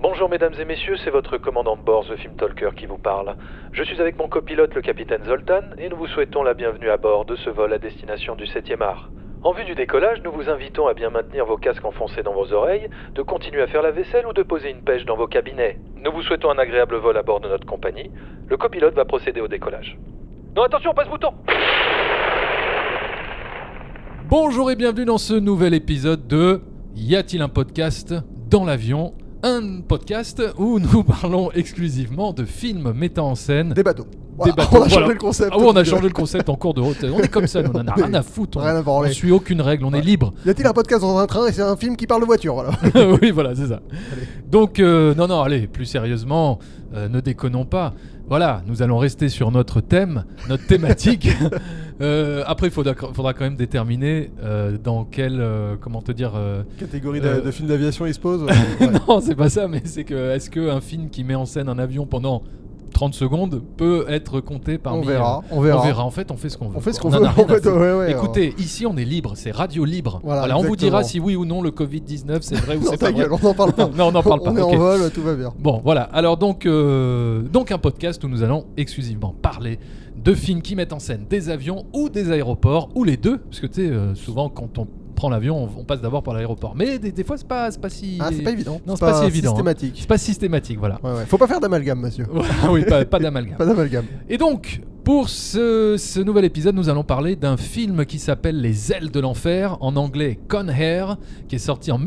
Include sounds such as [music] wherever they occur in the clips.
Bonjour mesdames et messieurs, c'est votre commandant de bord, The Film Talker, qui vous parle. Je suis avec mon copilote, le capitaine Zoltan, et nous vous souhaitons la bienvenue à bord de ce vol à destination du 7e art. En vue du décollage, nous vous invitons à bien maintenir vos casques enfoncés dans vos oreilles, de continuer à faire la vaisselle ou de poser une pêche dans vos cabinets. Nous vous souhaitons un agréable vol à bord de notre compagnie. Le copilote va procéder au décollage. Non, attention, passe bouton Bonjour et bienvenue dans ce nouvel épisode de Y a-t-il un podcast dans l'avion un podcast où nous [laughs] parlons exclusivement de films mettant en scène Des bateaux. Voilà, bateaux, [laughs] on a changé voilà. le concept. Ah ouais, on a changé le concept en cours de route. On est comme ça, nous, on en a On est- rien à foutre. On, rien à branler. on suit aucune règle, on est libre. [laughs] Y a-t-il un podcast dans un train et c'est un film qui parle de voiture voilà. oui, voilà, c'est ça. Donc, euh, non, non, allez, plus sérieusement, euh, ne déconnons pas. Voilà, nous allons rester sur notre thème, notre thématique. Euh, après, il faudra, faudra quand même déterminer euh, dans quel, euh, comment te dire, euh, [laughs] Catégorie de- Euh. de films d'aviation, il [laughs] se pose non, c'est pas ça, mais c'est que est-ce qu'un film qui met en scène un avion pendant 30 secondes peut être compté parmi. On verra, on euh, verra. on verra. En fait, on fait ce qu'on veut. [laughs] On fait ce quoi. qu'on veut. en a rien en à fait, foutre. ouais, ouais, Écoutez, ici on est libre, c'est radio libre. Voilà, Voilà, on vous dira exactement. si oui ou non le Covid 19 c'est vrai ou on- c'est [laughs] pas Non, ta vrai. gueule, on n'en parle pas. Non, [laughs] on n'en parle pas. On est ok. en vol, tout va bien. Bon, voilà. Alors donc, euh, donc un podcast où nous allons exclusivement parler de films qui mettent en scène des avions ou des aéroports ou les deux, parce que tu sais, euh, souvent quand on prend l'avion, on, on passe d'abord par l'aéroport. Mais des, des fois, c'est pas, c'est pas si, Ah, c'est pas évident. Non, c'est pas si évident, hein. Systématique. c'est pas systématique, voilà. [laughs] Ouais, ouais. Faut pas faire d'amalgame, monsieur. Voilà, oui, pas, pas d'amalgame. Pas d'amalgame. Et donc, pour ce, ce nouvel épisode, nous allons parler d'un film qui s'appelle Les ailes de l'enfer, en anglais Con Air, qui est [laughs] sorti en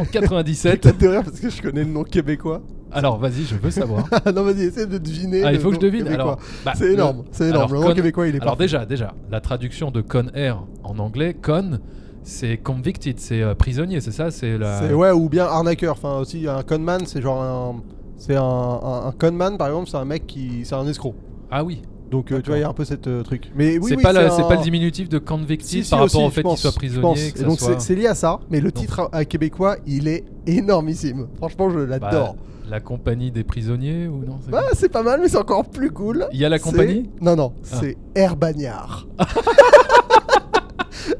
1997. T'as de rire parce que je connais le nom québécois. [laughs] Alors, vas-y, je veux savoir. non, vas-y, essaie de deviner. Ah, il le faut que je nom devine. québécois. Alors, bah, c'est le- énorme, c'est énorme. alors, le nom con- québécois, il est Alors parfait. déjà, déjà, la traduction de Con Air en anglais, Con, c'est convicted, c'est euh, prisonnier, c'est ça, c'est la. C'est- ouais, ou bien arnaqueur. Enfin, aussi, un conman, c'est genre un. C'est un, un, un conman, par exemple, c'est un mec qui. C'est un escroc. Ah oui. Donc, euh, tu vois, il y a un peu cette euh, truc. Mais oui, c'est oui, pas, la- un- c'est pas le diminutif de convicted Si, si, par aussi, rapport au je fait qu'il pense, soit je pense. prisonnier. que Et ça donc soit- c'est- c'est lié à ça, mais le Donc- titre à, à québécois, il est énormissime. Franchement, je bah, l'adore. la compagnie des prisonniers ou non c'est- Bah, c'est pas mal, mais c'est encore plus cool. Il y a la C'est- compagnie Non, non, Ah. c'est [laughs] Herbagnard.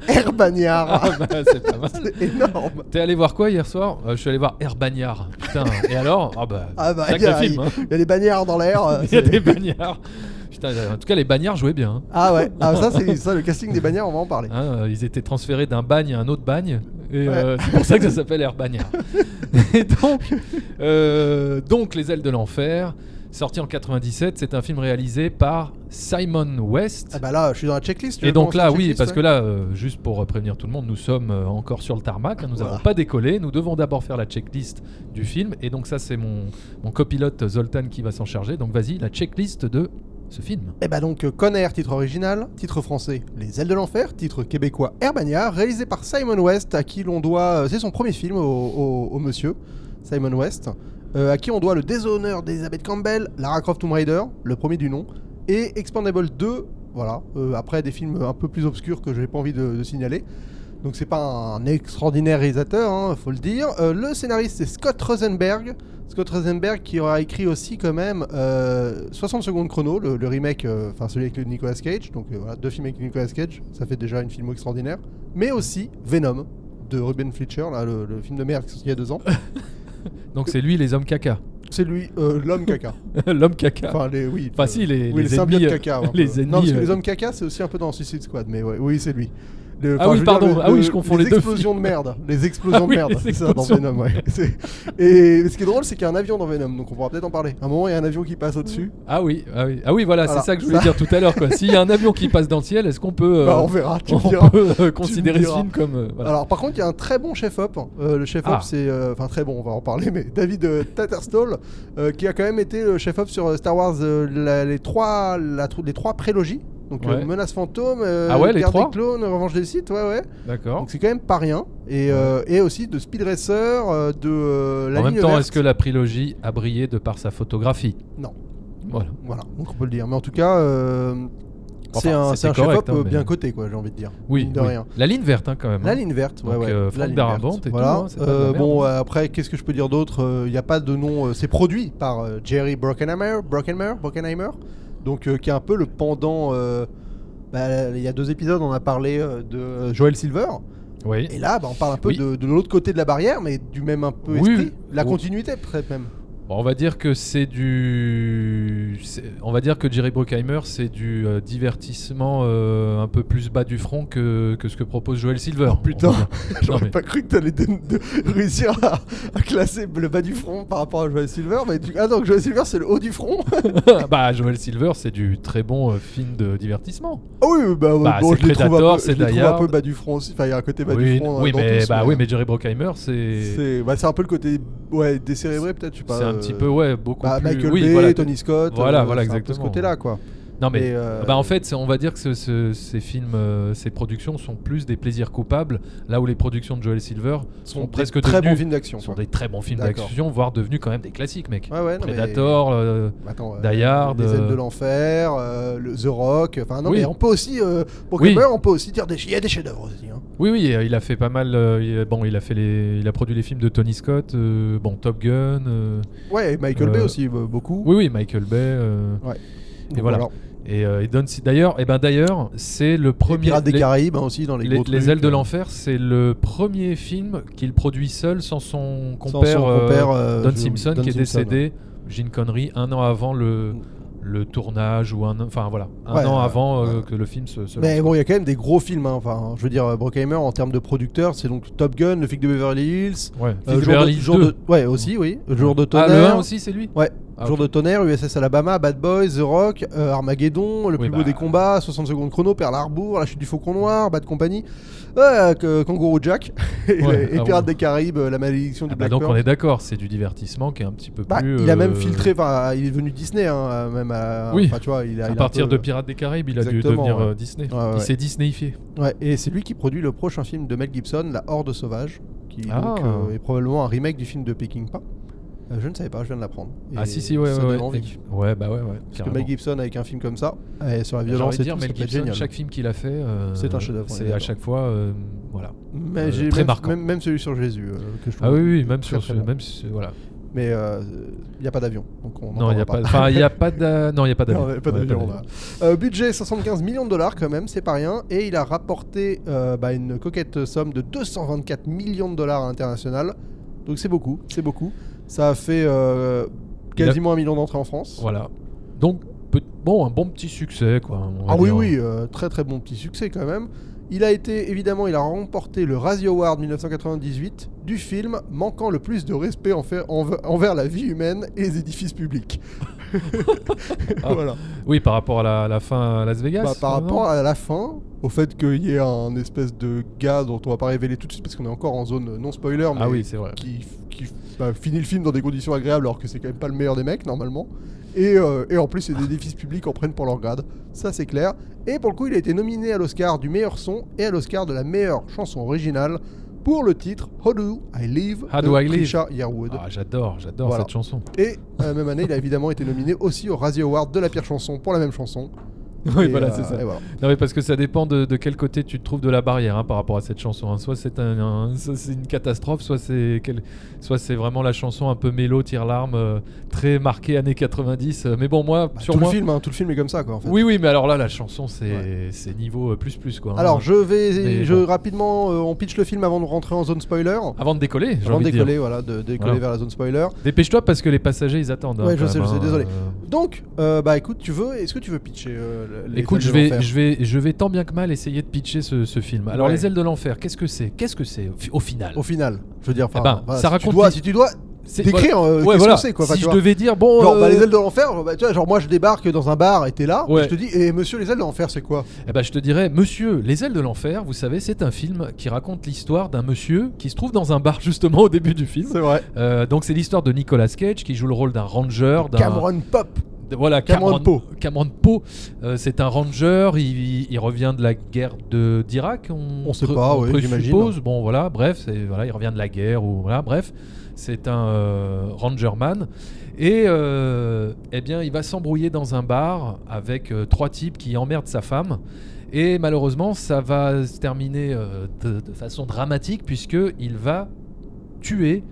Herbagnard, Ah, bah, c'est pas mal. c'est énorme. T'es allé voir quoi hier soir Euh, Je suis allé voir Herbagnard. Putain. Et alors Ah bah. Ah bah, sacré il y, a- film. il- hein. il y a des bannières dans l'air. [laughs] euh, Il y a c'est- des bagnards. Putain, en tout cas, les bagnards jouaient bien. hein. [laughs] Ah ouais, ah, ça c'est ça, le casting des bannières, on va en parler. Hein, euh, ils étaient transférés d'un bagne à un autre bagne. Et euh, c'est pour ça que ça s'appelle Air [laughs] Bagnard. et donc, euh, donc, Les Ailes de l'Enfer, sorti en 97, c'est un film réalisé par Simon West. Ah bah là, je suis dans la checklist. tu Et veux donc commencer là, la oui, checklist, parce que ouais là, euh, juste pour prévenir tout le monde, nous sommes euh, encore sur le tarmac, hein, nous n'avons Voilà. pas décollé, nous devons d'abord faire la checklist du film, et donc ça c'est mon, mon copilote Zoltan qui va s'en charger, donc vas-y, la checklist de ce film. Eh bah donc, euh, Conner, titre original, titre français Les Ailes de l'Enfer, titre québécois Herbagnard, réalisé par Simon West, à qui l'on doit. euh, C'est son premier film au, au- au monsieur, Simon West, euh, à qui on doit le déshonneur d'Elizabeth Campbell, Lara Croft Tomb Raider, le premier du nom, et Expandable 2, voilà, euh, après des films un peu plus obscurs que j'ai pas envie de, de signaler. Donc c'est pas un extraordinaire réalisateur, hein, faut le dire. Euh, le scénariste c'est Scott Rosenberg. Scott Rosenberg qui aura écrit aussi quand même euh, 60 secondes chrono, le, le remake, euh, enfin celui avec le Nicolas Cage. Donc euh, voilà, deux films avec Nicolas Cage, ça fait déjà une film extraordinaire. Mais aussi Venom de Ruben Fletcher, là, le, le film de merde qui est sorti il y a deux ans. Donc c'est lui, les hommes caca. [laughs] C'est lui, euh, l'homme caca. L'homme caca. Enfin, les, oui. Enfin, si, les- oui, les symbiotes ennemis, euh, [laughs] caca. un peu. les ennemis, Non, parce que euh, les hommes caca, c'est aussi un peu dans Suicide Squad, mais ouais, oui, c'est lui. Le- Ah enfin, oui, je veux pardon. Ah oui, je confonds les deux explosions de films. [laughs] merde. Les explosions Ah oui, de merde. les C'est ça, dans explosions. Venom, ouais. [laughs] C'est- Et ce qui est drôle, c'est qu'il y a un avion dans Venom, donc on pourra peut-être en parler. À un moment, il y a un avion qui passe au-dessus. Ah oui, ah oui, ah oui, voilà, Voilà, c'est ça que je voulais ça. dire tout à l'heure. quoi. S'il y a un avion qui passe dans le ciel, est-ce qu'on peut, euh, [laughs] Bah, on verra, tu me on diras. peut, euh, considérer ce diras. film comme euh, voilà. Alors par contre, il y a un très bon chef-op. Euh, le chef-op, Ah. c'est euh, enfin très bon, on va en parler, mais David euh, Tatterstall, euh, qui a quand même été le chef-op sur euh, Star Wars euh, la- les trois la trou- les trois prélogies. Donc euh, Ouais. menace fantôme, euh, Ah ouais, les Guerre trois des clones, revanche des Sith, ouais ouais. D'accord. Donc c'est quand même pas rien. Et, euh, et aussi de Speed Racer, euh, de euh, la En même ligne temps, verte. est-ce que la prélogie a brillé de par sa photographie Non. Voilà. Voilà, donc on peut le dire. Mais en tout cas, euh, Enfin, c'est un, c'était c'est un correct, chef-op hein, euh, mais- bien coté, quoi, j'ai envie de dire. Oui, Mine de oui. rien. La ligne verte, hein, quand même. La hein. ligne verte, ouais, Donc, ouais. euh, la Franck ligne Darabont verte. et tout, voilà. hein, c'est pas de la Euh, merde. bon, euh, après, qu'est-ce que je peux dire d'autre Il n'y a pas de nom. euh, c'est produit par euh, Jerry Brockenheimer, Brockenheimer, Brockenheimer donc euh, qui est un peu le pendant. euh, bah, il y a deux épisodes, on a parlé euh, de Joel Silver. Oui. Et là, bah, on parle un peu Oui. de, de l'autre côté de la barrière, mais du même un peu Oui, esprit. oui. La Oh. continuité, peut-être même. Bon, on va dire que c'est du. c'est- On va dire que Jerry Bruckheimer, c'est du euh, divertissement euh, un peu plus bas du front que, que ce que propose Joel Silver. Oh, putain. On va dire. J'aurais mais- pas cru que t'allais de- de- réussir à, à classer le bas du front par rapport à Joel Silver. Mais tu... Ah donc Joel Silver c'est le haut du front [laughs] bah, Joel Silver, c'est du très bon euh, film de divertissement. [laughs] Ah oui, bah, Bah, bon, c'est je les trouve un Predator, peu, c'est je les trouve un Die peu Hard. bas du front aussi. Enfin, il y a un côté bas oui, du front. euh, oui, dans mais, tous, bah, oui, mais Jerry Bruckheimer, c'est. C'est bah, c'est un peu le côté ouais, décérébré, peut-être. je sais pas, C'est un euh, petit peu, ouais, beaucoup bah, plus. Michael oui, Bay, voilà. Tony Scott. euh, Voilà, voilà, c'est un peu exactement. ce côté-là, quoi. Non, mais. Mais, euh, Bah en fait, c'est- on va dire que ce- ce- ces films, euh, ces productions sont plus des plaisirs coupables, là où les productions de Joel Silver sont sont, des presque très bons devenus- films d'action. sont quoi. des très bons films D'accord. d'action, voire devenus quand même des classiques, mec. Ouais, ouais, non, mais- Predator, euh, Attends, euh, Die Hard, Les ailes de euh, l'enfer, euh, le The Rock. Enfin, non, Oui. mais on peut aussi. euh, pour Oui. Kramer, on peut aussi dire des. Il y a des chefs-d'œuvre aussi. hein. oui, oui, euh, il a fait pas mal. euh, il a- bon, il a fait les, il a produit les films de Tony Scott, euh, bon Top Gun. euh, Ouais, et Michael Euh, Bay aussi, euh, beaucoup. oui, oui, Michael Bay. euh, Donc, et voilà. et, euh, et Don C- d'ailleurs, et ben d'ailleurs, c'est le Les premier. Pirates des les- Caraïbes hein, aussi dans les, Les, gros les trucs, ailes de euh, l'enfer, c'est le premier film qu'il produit seul sans son sans son compère, euh, compère, euh, Don je- Simpson Don qui est Simpson, ouais. décédé, Gene Connery, un an avant le, le tournage ou un, an- enfin voilà, un Ouais, an ouais, avant euh, ouais. que le film se. se Mais lance. bon, il y a quand même des gros films. hein. Enfin, je veux dire, euh, Bruckheimer en termes de producteur, c'est donc Top Gun, Le Flic de Beverly Hills, ouais. Fils de euh, Jour de- Berlin Jour 2. de- ouais aussi, oui, Jour de Ah, le 1 tonnerre, aussi, c'est lui. ouais, Ah, Jour ok. de tonnerre, USS Alabama, Bad Boys, The Rock, euh, Armageddon, Le Oui, plus beau bah. des combats, 60 secondes chrono, Pearl Harbor, La chute du faucon noir, Bad Company, euh, que- Kangaroo Jack [laughs] et, Ouais, et ah Pirates bon. des Caraïbes, euh, La malédiction Ah du bah Black donc on Pearl. est d'accord, c'est du divertissement qui est un petit peu Bah, plus. il a même euh, filtré, enfin, il est venu Disney, hein, même à, Oui. enfin, tu vois, il a- il a À un partir de peu- Pirates des Caraïbes, il a dû Exactement, devenir ouais. euh, Disney. Ouais, ouais, Il ouais. s'est Disneyifié. euh, Ouais, et c'est lui qui produit le prochain film de Mel Gibson, La Horde Sauvage, qui Ah. donc, euh, est probablement un remake du film de Peckinpah. Euh, je ne savais pas, je viens de l'apprendre. Et Ah si si ouais ça ouais donne ouais. envie. Ouais bah ouais ouais. Parce que Mel Gibson avec un film comme ça, et sur la J'ai envie violence de et dire tout, Mel ça peut être Gibson, génial. chaque film qu'il a fait, euh, C'est un chef-d'œuvre, on est C'est à d'accord. chaque fois, euh, voilà. Mais euh, j'ai très même, marquant. même, même celui sur Jésus euh, que je trouve. Ah oui, oui, même très, sur, très ce- bon. même sur- voilà. Mais euh, il n'y a pas d'avion, donc on n'en Non, il y a parlera pas, enfin, il y a pas d'a- [laughs] non, il y a pas [laughs] Non, d'avion. mais pas Ouais, d'avion, d'avion. là. Euh, budget 75 millions de dollars quand même, c'est pas rien. Et il a rapporté euh, bah, une coquette somme de 224 millions de dollars à l'international. Donc c'est beaucoup, c'est beaucoup. Ça a fait euh, quasiment un million d'entrées en France. Voilà. Donc peut- bon, un bon petit succès quoi. on va ah oui, dire. oui, euh, très très bon petit succès quand même. Il a été, évidemment, il a remporté le Razzie Award 1998 du film manquant le plus de respect enfer- enve- envers la vie humaine et les édifices publics. [laughs] Ah. Voilà. Oui, par rapport à la, la fin à Las Vegas. Bah, par non rapport à la fin, au fait qu'il y ait un espèce de gars dont on va pas révéler tout de suite parce qu'on est encore en zone euh, non spoiler, mais Ah oui, c'est vrai. qui, qui, bah, finit le film dans des conditions agréables alors que c'est quand même pas le meilleur des mecs normalement. Et, euh, et en plus, les défis publics en prennent pour leur grade, ça c'est clair. Et pour le coup, il a été nominé à l'Oscar du meilleur son et à l'Oscar de la meilleure chanson originale pour le titre How Do I Live How de Do I Live Trisha Yearwood. Ah, j'adore, j'adore Voilà. cette chanson. Et euh, la même année, il a évidemment été nominé aussi au Razzie Award de la pire chanson pour la même chanson. [laughs] oui, Et, voilà, euh, c'est ça. et voilà. Non, mais parce que ça dépend de, de quel côté tu te trouves de la barrière hein, par rapport à cette chanson. hein. Soit c'est un, un- soit c'est une catastrophe, soit c'est quel- soit c'est vraiment la chanson un peu mélo, tire-larme, euh, très marquée années 90. euh, mais bon, moi, Bah, sur tout moi. le film, hein, tout le film est comme ça quoi. En fait. Oui, oui, mais alors là, la chanson, c'est c'est niveau euh, plus plus quoi. hein. Alors je vais, Mais je bon. rapidement, euh, on pitch le film avant de rentrer en zone spoiler. Avant de décoller, j'ai Avant de envie de dire. décoller, voilà, de décoller Voilà. vers la zone spoiler. Dépêche-toi parce que les passagers ils attendent. hein, Ouais, je quand sais, même, je sais, hein. désolé. Euh, Donc, euh, bah écoute, tu veux, est-ce que tu veux pitcher euh, les Écoute, Ailes de je vais, l'enfer je, vais, je vais tant bien que mal essayer de pitcher ce, ce film. Alors, Ouais. Les ailes de l'enfer, qu'est-ce que c'est Qu'est-ce que c'est au fi- au final Au final, je veux dire, enfin, Eh ben, voilà, ça si, raconte tu dois, l'hi- si tu dois C'est- décrire voilà. euh, qu'est-ce Ouais, voilà. que c'est quoi. enfin, si tu je vois. devais dire, bon. Genre, bah, euh, les ailes de l'enfer, bah, tu vois, genre moi je débarque dans un bar et t'es là, Ouais. et je te dis, et monsieur, les ailes de l'enfer, c'est quoi eh ben, je te dirais, monsieur, Les ailes de l'enfer, vous savez, c'est un film qui raconte l'histoire d'un monsieur qui se trouve dans un bar [laughs] justement au début du film. vrai. Euh, donc, c'est l'histoire de Nicolas Cage qui joue le rôle d'un ranger, d'un. Cameron Pop. De- voilà, Cameron Cameron, Poe. Cameron Poe, euh, c'est un ranger, il, il- il revient de la guerre de d'Irak, on, On sait pre- pas, ouais, presuppose. j'imagine. Bon voilà, bref, c'est voilà, il revient de la guerre ou voilà, bref, c'est un euh, rangerman et euh, eh bien, il va s'embrouiller dans un bar avec euh, trois types qui emmerdent sa femme. Et malheureusement, ça va se terminer euh, de, de façon dramatique puisque il va tuer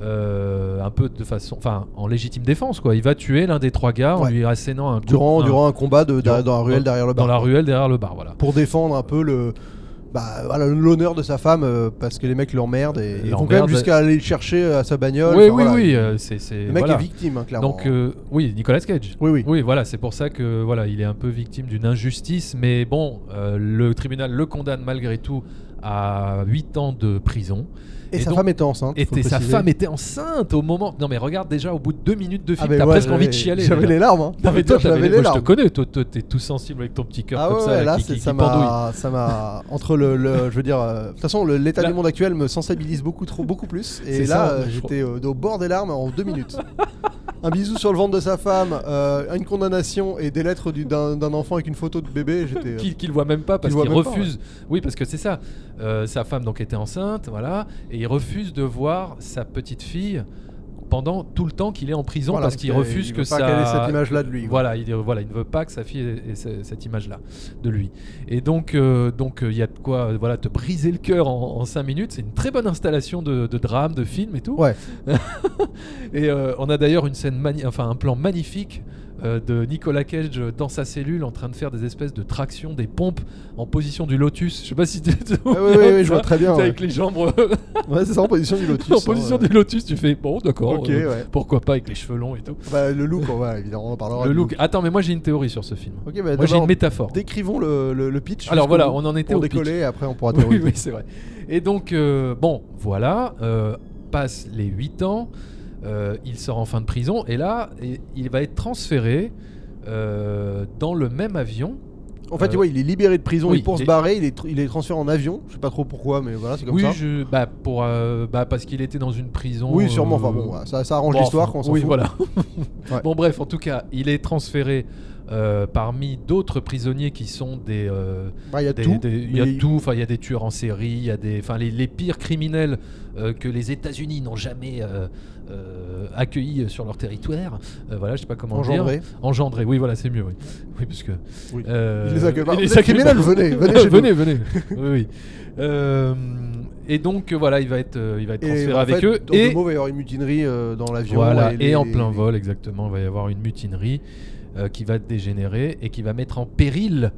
euh, un peu de façon, enfin, en légitime défense quoi. Il va tuer l'un des trois gars en Ouais. lui assénant un coup Durant, un- durant un combat de, durant- dans la ruelle derrière le dans bar. la ruelle derrière le bar, voilà. pour défendre un peu le bah, voilà, l'honneur de sa femme euh, parce que les mecs l'emmerdent et ils vont quand même L'emmerdent. jusqu'à aller le chercher euh, à sa bagnole. oui, oui, enfin, voilà. oui. euh, c'est, c'est- Le mec voilà. est victime, hein, clairement. Donc, euh, oui, Nicolas Cage. oui, oui. Oui, voilà, c'est pour ça que voilà, il est un peu victime d'une injustice, mais bon, euh, le tribunal le condamne malgré tout à 8 ans de prison. Et, et sa donc- femme était enceinte. Et faut le sa préciser. femme était enceinte au moment. Non, mais regarde déjà, au bout de deux minutes de Ah, film, mais t'as moi, presque envie de j'avais- chialer. J'avais déjà. les larmes. hein. Non, mais toi, Putain, t'avais les- j'avais les moi, je larmes. te connais, toi, toi, t'es tout sensible avec ton petit cœur Ah comme ouais, ça, là, qui, c'est- qui- ça qui pendouille. m'a, ça m'a, entre le, le- je veux dire, euh, de toute façon, le- l'état Là- du monde actuel me sensibilise beaucoup trop, beaucoup plus. Et C'est là, ça, euh, je j'étais euh, au bord des larmes en deux minutes. Un bisou sur le ventre de sa femme, euh, une condamnation et des lettres du- d'un d'un enfant avec une photo de bébé. J'étais. euh, Qui, qui le voit même pas parce le voit qu'il même pas, refuse. Oui, parce que c'est ça. Euh, sa femme donc était enceinte, voilà, et il refuse de voir sa petite fille pendant tout le temps qu'il est en prison voilà, parce qu'il parce refuse il que veut ça. Pas caler cette image-là de lui. quoi. Voilà, il, euh, voilà, il ne veut pas que sa fille ait, ait ce- cette image-là de lui. Et donc, euh, donc euh, il y a de quoi euh, voilà, te briser le cœur en, 5 minutes. C'est une très bonne installation de, de drame, de film et tout. Ouais. et euh, on a d'ailleurs une scène, magni- enfin un plan magnifique euh, de Nicolas Cage dans sa cellule en train de faire des espèces de tractions, des pompes en position du lotus. Je sais pas si tu te Ah oui, souviens oui, de oui, je vois ça. [laughs] très bien. T'es Ouais, Avec les jambes euh, Ouais, c'est ça en position du [laughs] lotus. en hein, position ouais. du lotus, tu fais bon, d'accord. Ok, euh, ouais. Pourquoi pas avec les cheveux longs et tout. Bah, le look, on va- évidemment, on en parlera. Le du look. Attends, mais moi j'ai une théorie sur ce film. Ok, bah, Moi j'ai d'abord, une métaphore. décrivons le, le, le pitch. Alors jusqu'au voilà, bout on en était pour au pitch. décoller. Et après, on pourra Oui, oui, théoriser. oui, c'est vrai. Et donc, euh, bon, voilà, euh, passe les 8 ans, euh, il sort enfin de prison, et là, et- il va être transféré euh, dans le même avion. En fait, Euh, tu vois, il est libéré de prison oui, et pour il se est- barrer, il est, tr- il est transféré en avion. Je sais pas trop pourquoi, mais voilà, c'est comme oui, ça. je- bah, pour, euh, bah, parce qu'il était dans une prison. Oui, sûrement. euh, Enfin bon, voilà, ça, ça arrange bon, l'histoire enfin, quand on s'en Oui, fout. voilà. Ouais. [laughs] Bon, bref, en tout cas, il est transféré euh, parmi d'autres prisonniers qui sont des. euh, Bah, il y a Des- tout. des- Il y a mais- tout, enfin il y a des tueurs en série, il y a des, enfin les, les pires criminels euh, que les États-Unis n'ont jamais euh, euh, accueillis sur leur territoire. Euh, voilà, je sais pas comment Engendré. dire. Engendrés, oui, voilà, c'est mieux, oui, oui, parce que Oui. euh, Il les accueille pas. il Vous les êtes accueille criminels, pas. [laughs] venez, venez chez venez, venez. Oui, oui. Euh, et donc euh, voilà, il va être, euh, il va être Et transféré en avec fait, eux dans et le mot, il va y avoir une mutinerie euh, dans l'avion. voilà, et, les- en plein vol, exactement, il va y avoir une mutinerie euh, qui va dégénérer et qui va mettre en péril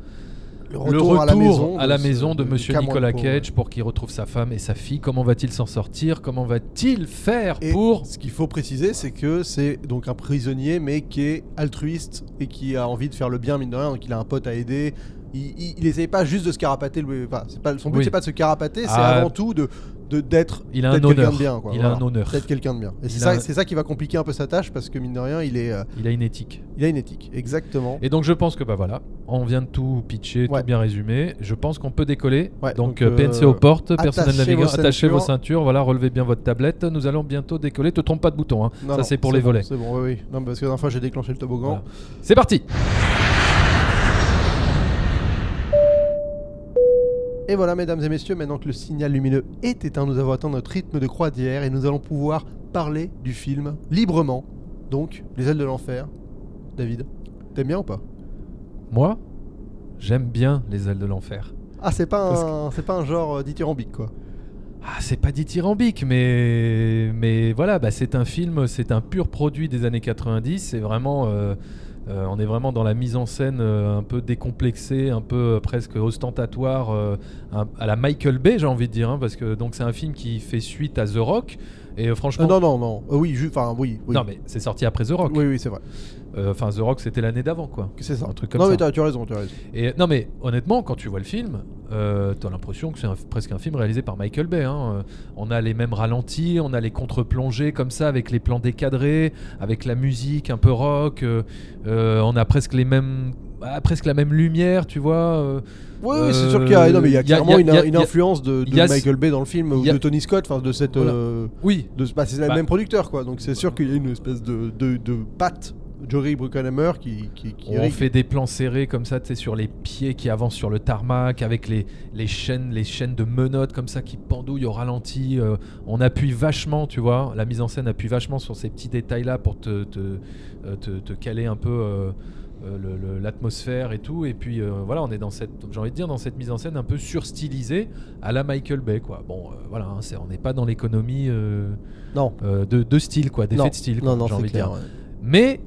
Le le retour, retour à la maison à la maison de, M. Monsieur Nicolas Cage pour qu'il retrouve sa femme et sa fille. Comment va-t-il s'en sortir Comment va-t-il faire Et pour ce qu'il faut préciser, c'est que c'est donc un prisonnier, mais qui est altruiste et qui a envie de faire le bien, mine de rien. Donc il a un pote à aider. Il, il, il essaye pas juste de se carapater. le- enfin, c'est pas, son but, Oui. c'est pas de se carapater, c'est Ah. avant tout de de- d'être Il a un d'être quelqu'un honneur. de bien. quoi, il a voilà. un honneur. D'être quelqu'un de bien. Et c'est Il ça, a un- c'est ça qui va compliquer un peu sa tâche parce que mine de rien, il est, euh, Il a une éthique. il a une éthique. Exactement. Et donc je pense que bah voilà, on vient de tout pitcher, Ouais. tout bien résumer. Je pense qu'on peut décoller. Ouais, donc donc, euh, PNC euh, aux portes, personnel attachez navigant, vos attachez vos ceintures. ceintures. Voilà, relevez bien votre tablette. Nous allons bientôt décoller. Te trompe pas de bouton. hein. Non, Ça non, c'est pour les bon, volets. C'est bon, oui, oui. Non, parce que la dernière fois j'ai déclenché le toboggan. Voilà. C'est parti. Et voilà, mesdames et messieurs, maintenant que le signal lumineux est éteint, nous avons atteint notre rythme de croisière et nous allons pouvoir parler du film librement. Donc, Les ailes de l'enfer. David, t'aimes bien ou pas Moi, j'aime bien les ailes de l'enfer. Ah, c'est pas Parce un, c'est pas un genre euh, dithyrambique quoi. Ah, c'est pas dithyrambique, mais, mais voilà, bah, c'est un film, c'est un pur produit des années 90. C'est vraiment, euh, euh, on est vraiment dans la mise en scène euh, un peu décomplexée, un peu euh, presque ostentatoire, euh, un- à la Michael Bay, j'ai envie de dire, hein, parce que donc c'est un film qui fait suite à The Rock. Et euh, franchement, Euh, non, non, non. Euh, oui, ju- enfin, oui, oui. non, mais c'est sorti après The Rock. Oui, oui, c'est vrai. Euh, Enfin, The Rock, c'était l'année d'avant, quoi. C'est ça. Un truc comme non, mais ça. Euh, t'as- tu as raison, tu as raison. Et non, mais honnêtement, quand tu vois le film, euh, t'as l'impression que c'est un- presque un film réalisé par Michael Bay. hein. Euh, On a les mêmes ralentis, on a les contre-plongées comme ça, avec les plans décadrés, avec la musique un peu rock. euh, euh, on a presque les mêmes, ah, presque la même lumière, tu vois. euh, Oui, Euh, oui, c'est sûr qu'il y a, non, mais il y y a a- clairement y a- une- y a- une, y a- influence de, de y a- Michael Bay dans le film ou y a- de Tony Scott, enfin de cette, Voilà. euh, Oui, de, bah, c'est le Bah. même producteur quoi. Donc c'est sûr qu'il y a une espèce de, de, de patte Jory Bruckheimer qui qui, qui on fait des plans serrés comme ça, tu sais, sur les pieds qui avancent sur le tarmac, avec les, les chaînes, les chaînes de menottes comme ça qui pendouillent au ralenti. euh, on appuie vachement, tu vois, la mise en scène appuie vachement sur ces petits détails-là pour te, te, euh, te- te caler un peu euh, euh, le- le- l'atmosphère et tout. Et puis euh, voilà, on est dans cette, j'ai envie de dire, dans cette mise en scène un peu surstylisée à la Michael Bay, quoi. Bon, euh, voilà, hein, c'est- on n'est pas dans l'économie euh, Non. euh, de, de style, quoi, d'effet Non. de style, quoi, Non non, j'ai c'est envie de dire. clair. ouais. Mais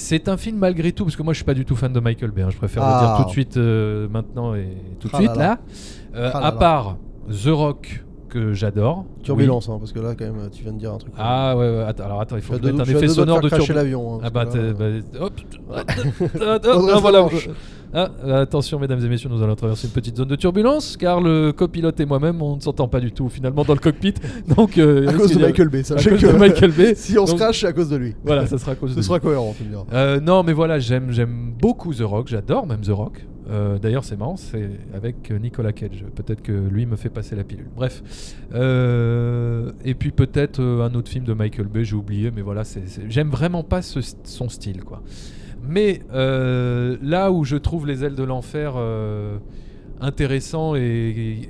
C'est un film malgré tout, parce que moi je suis pas du tout fan de Michael Bay, hein, je préfère Ah. le dire tout de suite euh, maintenant et tout de Ah suite là là. Euh, Ah là à là. part The Rock, que j'adore. Turbulence, hein, parce que là, quand même, euh, tu viens de dire un truc. Oui. Ah ouais, ouais, attends, alors attends, il Je faut suis que à je mette deux- je un suis à effet deux doigts de sonore de faire cracher turbulence. l'avion. hein, Ah bah, parce que là, t'es- bah, [laughs] hop, Ah, hop, Faudrait hop, se voilà. revanche. Ah, attention, mesdames et messieurs, nous allons traverser une petite zone de turbulence car le copilote et moi-même, on ne s'entend pas du tout finalement dans le cockpit. [laughs] Donc, euh, À est-ce cause de qu'il y a- Michael Bay, à sachez cause que. de Michael Bay. [laughs] Si on se Donc, crache, c'est à cause de lui. Voilà, ça sera à cause de [laughs] Ce lui. sera cohérent, tu me diras. Euh, non, mais voilà, j'aime, j'aime beaucoup The Rock, j'adore même The Rock. Euh, d'ailleurs, c'est marrant, c'est avec euh, Nicolas Cage. Peut-être que lui me fait passer la pilule. Bref. Euh, et puis peut-être euh, un autre film de Michael Bay, j'ai oublié, mais voilà, c'est, c'est- j'aime vraiment pas ce- son style, quoi. Mais euh, là où je trouve Les Ailes de l'Enfer euh, intéressant et,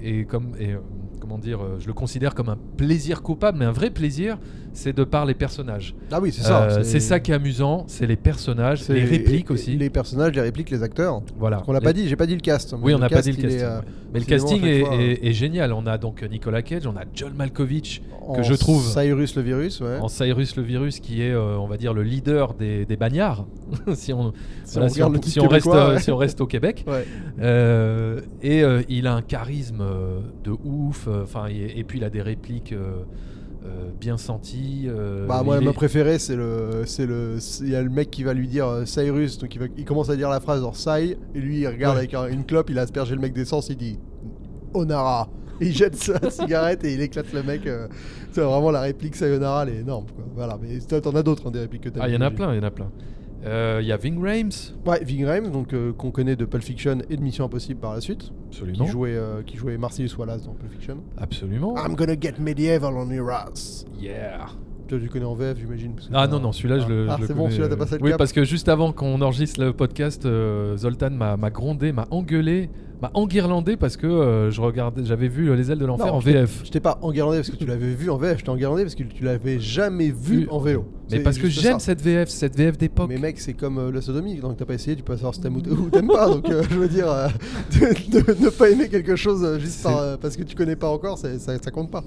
et- et comme. et, euh, Comment dire, euh, je le considère comme un plaisir coupable, mais un vrai plaisir, c'est de par les personnages. Ah oui, c'est ça. Euh, c'est ça qui est amusant, c'est les personnages, c'est- les répliques et- aussi. Les personnages, les répliques, les acteurs. Voilà. On l'a pas Les- dit, j'ai pas dit le cast. Oui, on n'a pas dit le il est, casting. euh, ouais. Mais le finalement, à casting chaque est, fois, est- est génial. On a donc Nicolas Cage, on a John Malkovich euh, en je trouve- Cyrus le virus, ouais. en Cyrus le Virus qui est, euh, on va dire, le leader des, des bagnards. [laughs] si on, Si voilà, on si on- regarde le titre si on reste, québécois, euh, ouais. si on reste au Québec. Ouais. Euh, et euh, il a un charisme euh, de ouf. euh, Enfin, et, et puis il a des répliques euh, euh, bien senties. euh, Bah moi il ma est- préférée c'est le c'est le c'est- il y a le mec qui va lui dire euh, Cyrus donc il, va- il commence à dire la phrase en Cy et lui il regarde Ouais. avec un- une clope il a aspergé le mec d'essence il dit Onara et il [laughs] jette sa cigarette et il éclate le mec euh, c'est vraiment la réplique Sayonara elle est énorme quoi voilà mais toi, t'en as d'autres hein, des répliques que t'as Ah, il y en a j'imagine. plein, il y en a plein. Euh, Il y a Ving Rhames. ouais Ving Rhames donc euh, qu'on connaît de Pulp Fiction et de Mission Impossible par la suite qui Absolument. jouait euh, qui jouait Marcellus Wallace dans Pulp Fiction Absolument. I'm gonna get medieval on your ass Yeah. toi tu connais en VF j'imagine parce que Ah t'as- non, non, celui-là, je le. Ah, je le c'est bon, connais, celui-là, t'as euh, passé le Oui, cap. parce que juste avant qu'on enregistre le podcast, euh, Zoltan m'a m'a grondé, m'a engueulé, m'a enguirlandé parce que euh, je regardais, j'avais vu euh, Les ailes de l'enfer Non, en VF. Je t'ai pas enguirlandé parce que tu l'avais vu en VF, je t'ai enguirlandé parce que tu l'avais jamais vu Vu. en vélo. Mais C'est parce que juste j'aime ça. cette VF, cette VF d'époque. Mais mec, c'est comme euh, la sodomie, donc t'as pas essayé, tu peux savoir si t'aimes ou t- ou t'aimes pas. Donc euh, [laughs] je veux dire, euh, de, de- ne pas aimer quelque chose euh, juste par, C'est- euh, parce que tu connais pas encore, c'est- ça, ça compte pas.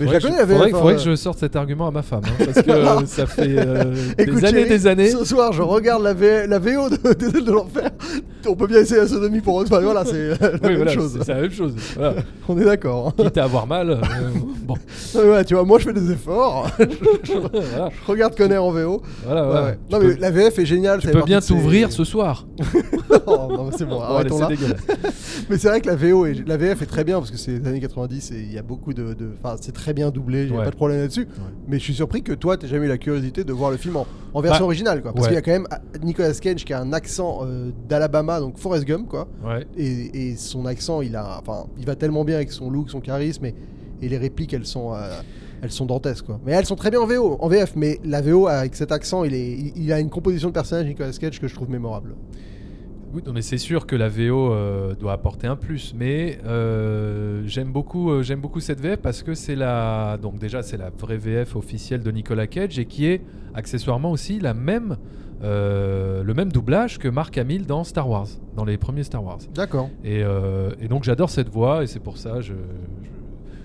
Mais Faudrait je la que connais la VF. Faudrait, hein, faudrait euh. que je sorte cet argument à ma femme, hein, parce que [laughs] euh, ça fait euh, Écoute, des années, chérie, des années. Ce soir, je regarde la, V- la VO de, des ailes de l'enfer. On peut bien essayer la sodomie pour. Enfin voilà, c'est la Oui, même voilà, chose. c'est c'est la même chose. Voilà. On est d'accord. [laughs] hein. Quitte à avoir mal. euh, bon, Non, mais voilà, tu vois, moi je fais des efforts. [laughs] voilà. je regarde Conner en VO. voilà, Ouais, voilà. ouais. Tu Non, peux- mais la VF est géniale. tu peux bien t'ouvrir ce soir. [laughs] non, non, mais [laughs] c'est bon, Bon, allez, arrêtons c'est Ah, là. dégueulasse. Mais c'est vrai que la, VO est- la VF est très bien parce que c'est les années 90 et il y a beaucoup de. de- Enfin, c'est très bien doublé, j'ai Ouais. pas de problème là-dessus. Mais je suis surpris que toi, t'aies jamais eu la curiosité de voir le film en, en version Bah, originale, quoi. Parce ouais. qu'il y a quand même ah, Nicolas Cage qui a un accent euh, d'Alabama, donc Forrest Gump, quoi. Ouais. Et, et son accent, il a. Enfin, il va tellement bien avec son look, son charisme et, et les répliques, elles sont. euh, elles sont dantesques quoi. Mais elles sont très bien en VO, en VF, mais la VO avec cet accent, il, est, il, il a une composition de personnage Nicolas Cage que je trouve mémorable. Oui, non, mais c'est sûr que la VO euh, doit apporter un plus, mais euh, j'aime beaucoup, euh, j'aime beaucoup cette VF parce que c'est la, donc déjà c'est la vraie VF officielle de Nicolas Cage et qui est accessoirement aussi la même, euh, le même doublage que Mark Hamill dans Star Wars, dans les premiers Star Wars. D'accord. Et, euh, et donc j'adore cette voix et c'est pour ça je, je-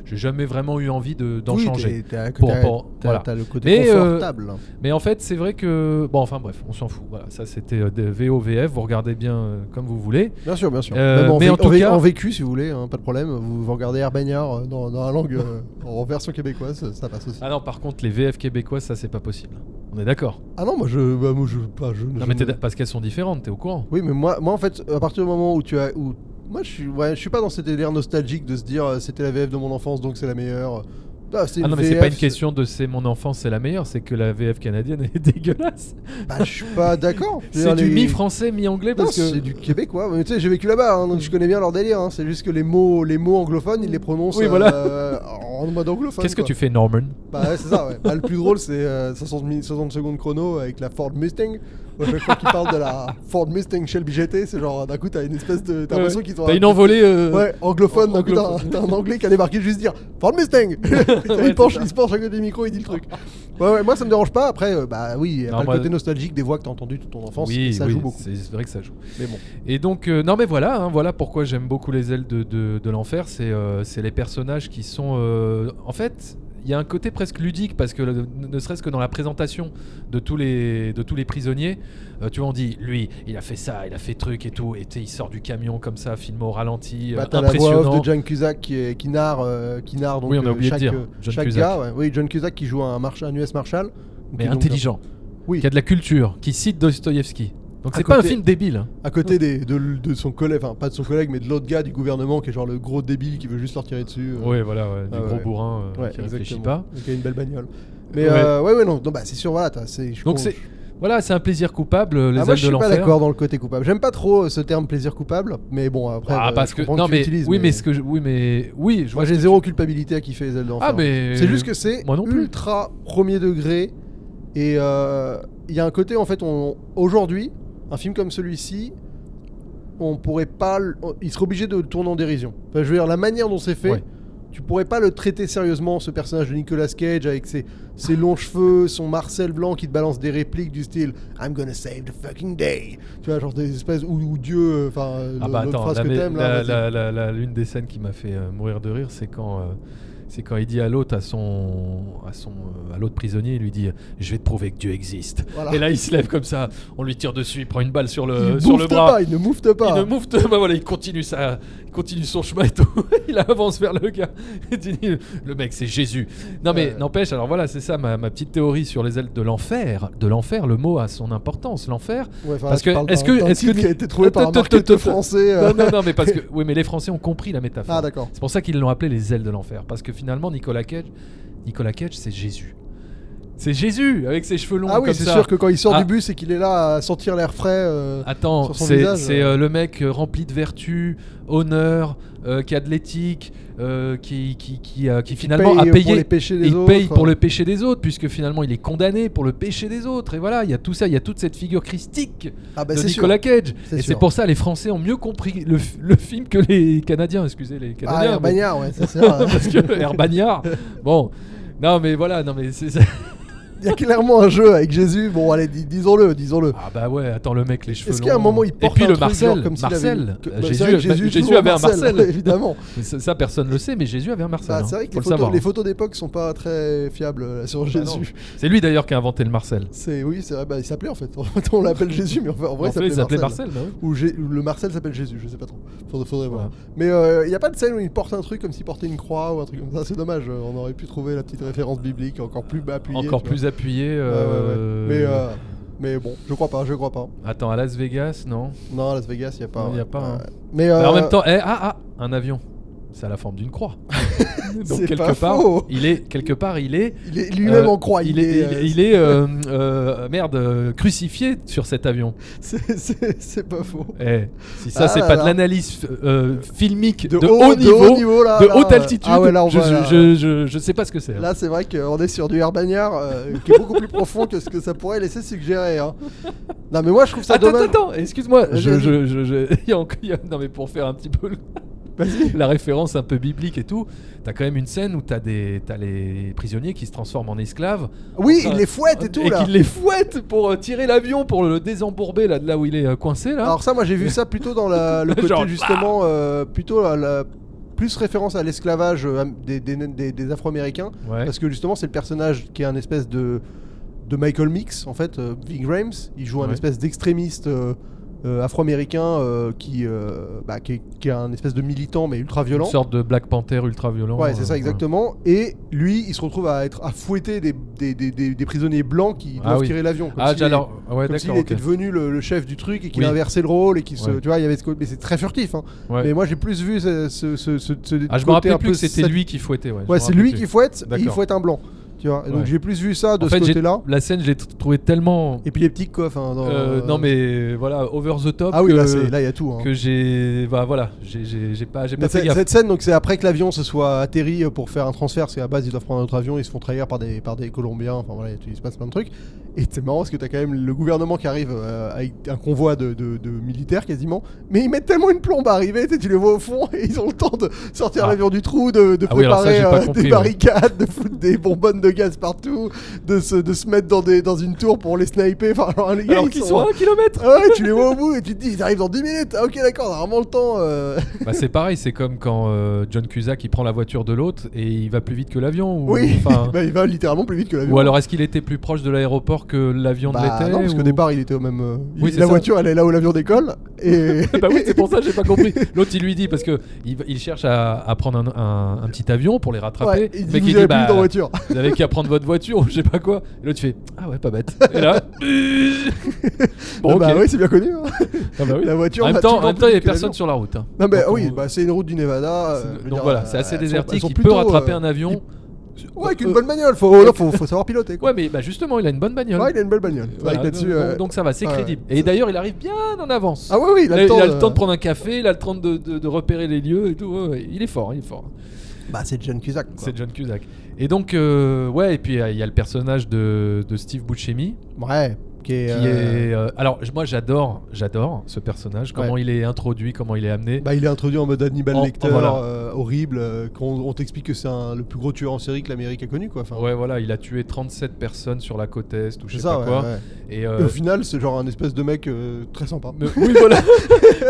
j'ai jamais vraiment eu envie de, d'en Oui, changer. t'es- t'as- Pour- t'as- pour- t'as- voilà. t'as le côté Mais, euh, confortable. Mais en fait, c'est vrai que bon, enfin bref, on s'en fout. Voilà, ça c'était euh, des VO VF. Vous regardez bien euh, comme vous voulez. Bien sûr, bien sûr. euh, Même en, mais vé- en tout vé- cas- en vécu, si vous voulez, hein, pas de problème. Vous, vous regardez Herbagnard euh, dans, dans la langue euh, en version québécoise, ça- ça passe aussi. Ah non, par contre, les VF québécoises, ça c'est pas possible. On est d'accord. Ah non, moi je. bah, moi, je, pas, je- Non, je- mais t'es d'a- parce qu'elles sont différentes, t'es au courant. Oui, mais moi, moi en fait, à partir du moment où tu as. Où... Moi je suis, ouais, je suis pas dans cette délire nostalgique de se dire euh, c'était la VF de mon enfance donc c'est la meilleure. Ah, c'est Ah non, mais c'est VF, pas une question de c'est mon enfance, c'est la meilleure, c'est que la VF canadienne [laughs] est dégueulasse. Bah, je suis pas [laughs] d'accord. Je veux C'est dire, du les- mi-français, mi-anglais Non, parce que. c'est du québécois. Mais tu sais, j'ai vécu là-bas, hein, donc je connais bien leur délire. hein. C'est juste que les mots, les mots anglophones, ils les prononcent Oui, voilà. euh, en mode anglophone. Qu'est-ce que quoi. tu fais, Norman Bah ouais, c'est ça, ouais. Bah, le plus drôle, c'est euh, 60, mi- 60 secondes chrono avec la Ford Mustang. À chaque fois qu'ils parlent de la Ford Mustang Shelby GT, c'est genre d'un coup, t'as une espèce de. T'as l'impression qu'ils ont. T'as un- une envolée. euh, Ouais, anglophone, d'un coup, t'as anglophone. t'as un anglais qui a débarqué juste dire Ford [laughs] Mustang Ouais, il, penche, c'est ça. il se penche à côté du micro, il dit le truc. Ouais, ouais, moi ça me dérange pas. Après, euh, bah oui, Non, après moi- le côté nostalgique des voix que t'as entendues toute ton enfance, Oui, ça oui, joue beaucoup. C'est c'est vrai que ça joue. Mais bon. Et donc, euh, non, mais voilà, hein, voilà pourquoi j'aime beaucoup les ailes de, de, de l'enfer. C'est euh, c'est les personnages qui sont. euh, en fait, il y a un côté presque ludique parce que le- ne serait-ce que dans la présentation de tous les, de tous les prisonniers, euh, tu vois, on dit lui, il a fait ça, il a fait truc et tout, et tu sais, il sort du camion comme ça, film au ralenti, euh, Bah, t'as la voix impressionnant. off de John Cusack qui, est- qui narre, euh, qui narre donc, Oui, on a euh, oublié de chaque, dire, euh, John chaque Cusack. gars. ouais. Oui, John Cusack qui joue un, marcha- un US Marshal. Donc, mais qui est donc- intelligent, Oui. qui a de la culture, qui cite Dostoïevski. Donc À c'est pas un côté- film débile. hein. À côté des, de, l- de son collègue, enfin pas de son collègue, mais de l'autre gars du gouvernement qui est genre le gros débile qui veut juste leur tirer dessus. euh. Ouais, voilà, ouais, du Ah gros ouais. bourrin euh, Ouais, qui réfléchit exactement. pas. Donc, il a une belle bagnole. Mais Ouais. euh, ouais, ouais, non, non, bah, c'est sûr, voilà. t'as- c'est- je Donc con- c'est- Voilà, c'est un plaisir coupable, euh, les Ah, ailes moi, je de suis pas l'enfer. d'accord dans le côté coupable. J'aime pas trop euh, ce terme plaisir coupable, mais bon, après. Ah, euh, parce je que comprends non tu mais l'utilises, oui mais ce que je, oui mais oui je vois Moi, j'ai zéro culpabilité à kiffer les ailes d'enfer. ah mais C'est juste que c'est moi non plus. ultra premier degré. Et euh, il y a un côté, en fait, on- aujourd'hui, un film comme celui-ci, on pourrait pas. le- on- Il serait obligé de le tourner en dérision. Enfin, je veux dire, la manière dont c'est fait. Ouais. Tu pourrais pas le traiter sérieusement, ce personnage de Nicolas Cage avec ses, ses longs cheveux, son Marcel blanc qui te balance des répliques du style I'm gonna save the fucking day. Tu vois, genre des espèces où, où Dieu. euh, Enfin, euh, ah le- bah l'autre attends phrase la- que t'aimes là. la- vas-y. la- la- la- l'une des scènes qui m'a fait euh, mourir de rire c'est quand euh, c'est quand il dit à l'autre à son à son euh, à l'autre prisonnier il lui dit je vais te prouver que Dieu existe Voilà. et là il se lève comme ça on lui tire dessus il prend une balle sur le il sur le moufte bras pas, il ne moufte pas. Il ne move [laughs] bah voilà, il continue sa, il continue son chemin et tout. [laughs] il avance vers le gars. [laughs] Il dit, le mec, c'est Jésus. Non mais Ouais. n'empêche, alors voilà, c'est ça ma, ma petite théorie sur les ailes de l'enfer. De l'enfer, le mot a son importance. L'enfer. Ouais, enfin, Parce tu que- parles est-ce d'un- que- d'un est-ce que- titre qui a été trouvé par un Te- te- te- marketeur te- français euh, Non, non, non, mais parce que oui, mais les Français ont compris la métaphore. Ah d'accord. c'est pour ça qu'ils l'ont appelé les ailes de l'enfer, parce que finalement Nicolas Cage, Nicolas Cage, c'est Jésus. C'est Jésus avec ses cheveux longs Ah oui, comme c'est ça. sûr que quand il sort Ah. du bus et qu'il est là à sentir l'air frais. euh, Attends, sur son c'est visage, c'est, euh. euh, le mec euh, rempli de vertu, honneur, euh, qui a de l'éthique, euh, qui, qui, qui, euh, qui finalement paye, a euh, payé. pour les péchés des il autres. paye pour le péché des autres, puisque finalement il est condamné pour le péché des autres. Et voilà, il y a tout ça, il y a toute cette figure christique Ah bah de c'est sûr. Nicolas Cage. C'est Et c'est sûr. pour ça les Français ont mieux compris le, f- le film que les Canadiens, excusez les Ah Canadiens. mais- Herbagnard, ouais, c'est [laughs] ça. parce que Herbagnard, [laughs] bon, non mais voilà, non mais c'est ça. Il y a clairement un jeu avec Jésus. Bon allez, dis- disons-le, disons-le. Ah bah ouais, attends le mec les cheveux Est-ce qu'il y a un longs. moment il Et porte puis un le truc, Marcel, genre, comme s'il avait Marcel, une- que- euh, Bah, c'est Jésus, vrai que bah, Jésus Jésus joue avait un Marcel. [laughs] évidemment. Mais ça, ça, personne le sait, mais Jésus avait un Marcel. Bah, hein. c'est vrai que Faut les le photos, savoir. les photos d'époque sont pas très fiables euh, sur Bah non. Jésus. C'est lui d'ailleurs qui a inventé le Marcel. C'est oui, c'est vrai. Bah, il s'appelait en fait. On l'appelle Jésus, mais enfin, en vrai, En fait, il s'appelait Marcel. bah Ou Jé- ou le Marcel s'appelle Jésus, je sais pas trop. Faudrait, faudrait voir. Ouais. Mais il n'y a pas de scène où il porte un truc comme s'il portait une croix ou un truc comme ça. C'est dommage, euh, on aurait pu trouver la petite référence biblique encore plus bas- ouais. appuyée. Encore tu plus appuyé. vois. euh, Ouais, ouais, ouais. euh, Mais, euh, mais bon, je crois pas, je crois pas. Attends, à Las Vegas, non Non, à Las Vegas, il n'y a pas. Non, y a ouais. pas, hein. Ouais. Mais Bah, En euh, même temps, eh, ah, ah, un avion. C'est à la forme d'une [laughs] croix. Donc C'est quelque pas part, faux. il est quelque part, il est il est lui-même euh, en croix. il est, euh, il est, euh, euh, merde, euh, crucifié sur cet avion. euh, [laughs] c'est- c'est c'est pas faux. Eh, si ça, Ah c'est là pas là. de l'analyse euh, filmique de, De haut, niveau, de, là, là, haute euh, altitude, Ah ouais, là, on je, voit, là. je, je- je sais pas ce que c'est. hein. Là, c'est vrai qu'on est sur du herbagnard euh, qui est beaucoup plus profond que ce que ça pourrait laisser suggérer. hein. Non, mais moi, je trouve ça Attends, dommage. attends, attends, excuse-moi. Vas-y, Je, vas-y. je, je- je- [laughs] il y a encore- il y a- non, mais pour faire un petit peu le- [laughs] la référence un peu biblique et tout, t'as quand même une scène où t'as des, t'as les prisonniers qui se transforment en esclaves Oui, Enfin, il les fouette et tout et là. qui les fouettent pour euh, tirer l'avion pour le désembourber là, de là où il est euh, coincé là. Alors ça, moi j'ai vu ça plutôt dans la- le [laughs] côté Genre, bah. justement, euh, plutôt à la- plus référence à l'esclavage euh, am- des, des- des- des Afro-Américains, ouais. parce que justement c'est le personnage qui est un espèce de, de Michael Mix, en fait, euh, Ving Rhames, il joue un Ouais. espèce d'extrémiste euh, euh, Afro-Américain euh, qui, euh, bah, qui, est, qui est un espèce de militant mais ultra-violent. Une sorte de Black Panther euh, ultra violent. Ouais, c'est ça exactement. Et lui, il se retrouve à être à fouetter des, des- des- des- des prisonniers blancs qui Ah doivent oui. tirer l'avion. comme Ah, s'il- alors, ouais, comme s'il d'accord. ok. était devenu le, le chef du truc et qu'il Oui. a inversé le rôle et qu'il se, Ouais. tu vois, il y avait ce côté, mais c'est très furtif. hein. Ouais. Mais moi j'ai plus vu ce, ce, ce, ce- ce Ah, je me côté rappelais un plus peu que c'était sat- lui qui fouettait. Ouais, je Ouais, me c'est rappelais lui plus. qui fouette et il D'accord. fouette un blanc. Tu vois, et donc Ouais. j'ai plus vu ça de En ce fait, j'ai- Euh, côté-là. la scène, je l'ai tr- trouvée tellement. Et puis les petites coffres. hein, dans- euh, Non, mais voilà, over the top. ah oui, que- là c'est- là, il y a tout. hein. que j'ai bah voilà j'ai- j'ai j'ai pas j'ai Mais pas fait c'est- gaffe cette scène, donc c'est après que l'avion se soit atterri euh, pour faire un transfert, parce qu'à la base ils doivent prendre un autre avion, ils se font trahir par des, par des Colombiens, enfin voilà, il y a tout- il se passe plein de trucs. Et c'est marrant parce que t'as quand même le gouvernement qui arrive euh, avec un convoi de, de- de militaires quasiment, mais ils mettent tellement une plombe à arriver, tu sais, tu les vois au fond [laughs] et ils ont le temps de sortir Ah. l'avion du trou, de, de Ah oui, alors ça, préparer j'ai pas euh, compris, des ouais. barricades, de foutre des bonbonnes de gaz partout, de se, de se mettre dans, des, dans une tour pour les sniper. Enfin, alors, les gars, Alors ils qu'ils sont- sont à un [laughs] kilomètre Ah ouais, tu les vois au bout et tu te dis, ils arrivent dans 10 minutes. Ah, ok, d'accord, on a vraiment le temps. euh. Bah, c'est pareil, c'est comme quand euh, John Cusack il prend la voiture de l'autre et il va plus vite que l'avion. Ou, Oui, enfin, [laughs] bah, il va littéralement plus vite que l'avion. ou alors est-ce qu'il était plus proche de l'aéroport que l'avion Bah, de l'été non, parce qu'au ou- départ, il était au même. euh, Oui, il- c'est la ça. voiture, elle est là où l'avion décolle. Et. [laughs] bah oui, c'est pour ça que j'ai pas [laughs] compris. L'autre il lui dit parce que il, va- il cherche à, à prendre un, un- un petit avion pour les rattraper. Ouais, il dit, mais vous qui avez dit plus bah, dans voiture. vous avez qu'à prendre votre voiture ou je sais pas quoi. Et l'autre fait ah ouais pas bête. Et là [laughs] bon Ah ok. bah oui, c'est bien connu. hein. Ah bah oui. La voiture. En même va temps, toujours en même plus temps, il y vite avait que l'avion. personne sur la route. hein. Non, mais Donc, ah oui, on- bah, c'est une route du Nevada. euh, je veux donc dire, voilà, euh, c'est assez elles sont- elles désertique. sont il plutôt, peut rattraper euh, un avion. Ouais, avec Euh, une bonne bagnole. Faut, non, faut, faut savoir piloter. Quoi. Ouais, mais bah justement, il a une bonne bagnole. Ouais, il a une belle bagnole. Euh, C'est vrai voilà, que là-dessus, donc, euh, donc ça va, c'est ah ouais. crédible. Et d'ailleurs, il arrive bien en avance. Ah oui, oui, il a le temps. de- de prendre un café, il a le temps de, de- de repérer les lieux et tout. ouais, ouais, il est fort, il est fort. Bah, c'est John Cusack. quoi. C'est John Cusack. Et donc, euh, ouais, et puis euh, il y a le personnage de, de Steve Buscemi Ouais. Qui est. qui euh, est. euh, alors, j- moi, j'adore, j'adore ce personnage. Comment Ouais. il est introduit, comment il est amené. Bah, il est introduit en mode Hannibal En- en Lecter, voilà. euh, horrible, euh, qu'on on t'explique que c'est un- le plus gros tueur en série que l'Amérique a connu, quoi. Enfin, Ouais, voilà, il a tué 37 personnes sur la côte est ou je c'est sais ça, pas ouais, quoi. ouais. Et, Et euh, au final, c'est genre un espèce de mec euh, très sympa. [laughs] Me- oui, voilà,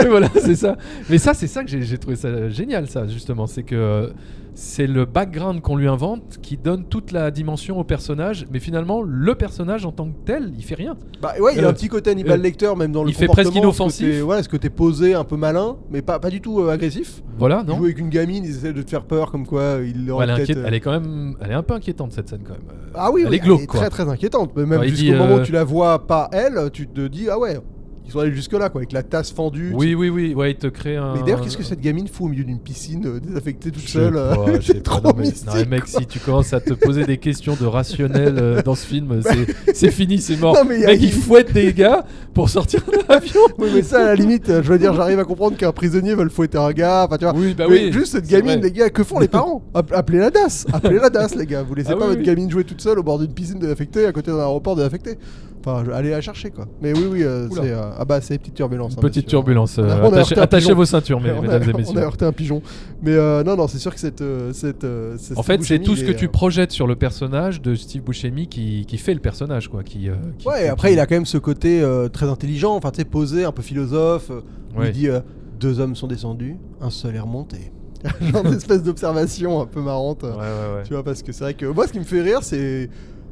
Oui, voilà c'est ça. Mais ça, c'est ça que j'ai- j'ai trouvé ça génial, ça, justement. C'est que euh, c'est le background qu'on lui invente qui donne toute la dimension au personnage, mais finalement, le personnage en tant que tel, il fait rien. Bah ouais, il a Euh, un petit côté Hannibal euh, Lecter, même dans le il fait comportement, presque inoffensif. ce côté- Voilà, ce côté posé, un peu malin, mais pas, pas du tout euh, agressif. Voilà, Il non joue avec une gamine, il essaie de te faire peur, comme quoi euh, il Ouais, aurait elle, est peut-être... inquiète- euh, elle est quand même, elle est un peu inquiétante cette scène quand même. Euh, Ah oui, elle oui, est glauque, quoi. très très inquiétante. Mais même Alors, il jusqu'au dit, moment où euh, tu la vois pas elle, tu te dis ah ouais, ils sont allés jusque là quoi, avec la tasse fendue. Oui, oui, oui. Ouais, il te crée un. Mais d'ailleurs, qu'est-ce que cette gamine fout au milieu d'une piscine euh, désaffectée toute Je sais seule euh, pas, [laughs] je sais C'est pas. trop non, mais, mystique. non, mais mec, quoi. si tu commences à te poser des questions de rationnel euh, dans ce film, [laughs] c'est- c'est fini, c'est mort. Non, mais il y a- Oh, mec, il fouette des gars pour sortir d'un avion. [laughs] Oui, mais ça, à la limite, euh, je veux dire, j'arrive à comprendre qu'un prisonnier veut le fouetter un gars. Enfin, tu vois. Oui, bah Mais oui. juste cette c'est gamine, vrai. les gars, que font les parents App- Appelez la DAS Appelez la DAS, les gars Vous laissez Ah pas oui, votre oui. gamine jouer toute seule au bord d'une piscine désaffectée à côté d'un aéroport désaffecté. Enfin, je- allez la chercher, quoi. Mais oui, oui, euh, Oula. c'est. euh, ah bah, c'est petite turbulence. hein, Petite messieurs. turbulence. euh, On a- on a attachez heurté un attachez pigeon. vos ceintures, mes- [laughs] on, a, mesdames et on a messieurs. heurté un pigeon. Mais euh, non, non, c'est sûr que cette. euh, cette, euh, cette- En fait, c'est Buscemi, tout ce il que est, tu euh, projettes sur le personnage de Steve Buscemi qui, qui fait le personnage, quoi. Qui, euh, qui- Ouais, qui- et après, qui- il a quand même ce côté euh, très intelligent, enfin, tu sais, posé, un peu philosophe. euh, où Ouais. Il dit euh, Deux hommes sont descendus, un seul est remonté. [laughs] Genre d'espèce d'observation un peu euh. marrante. Ouais, ouais, ouais. Tu vois, parce que c'est vrai que moi, ce qui me fait rire, c'est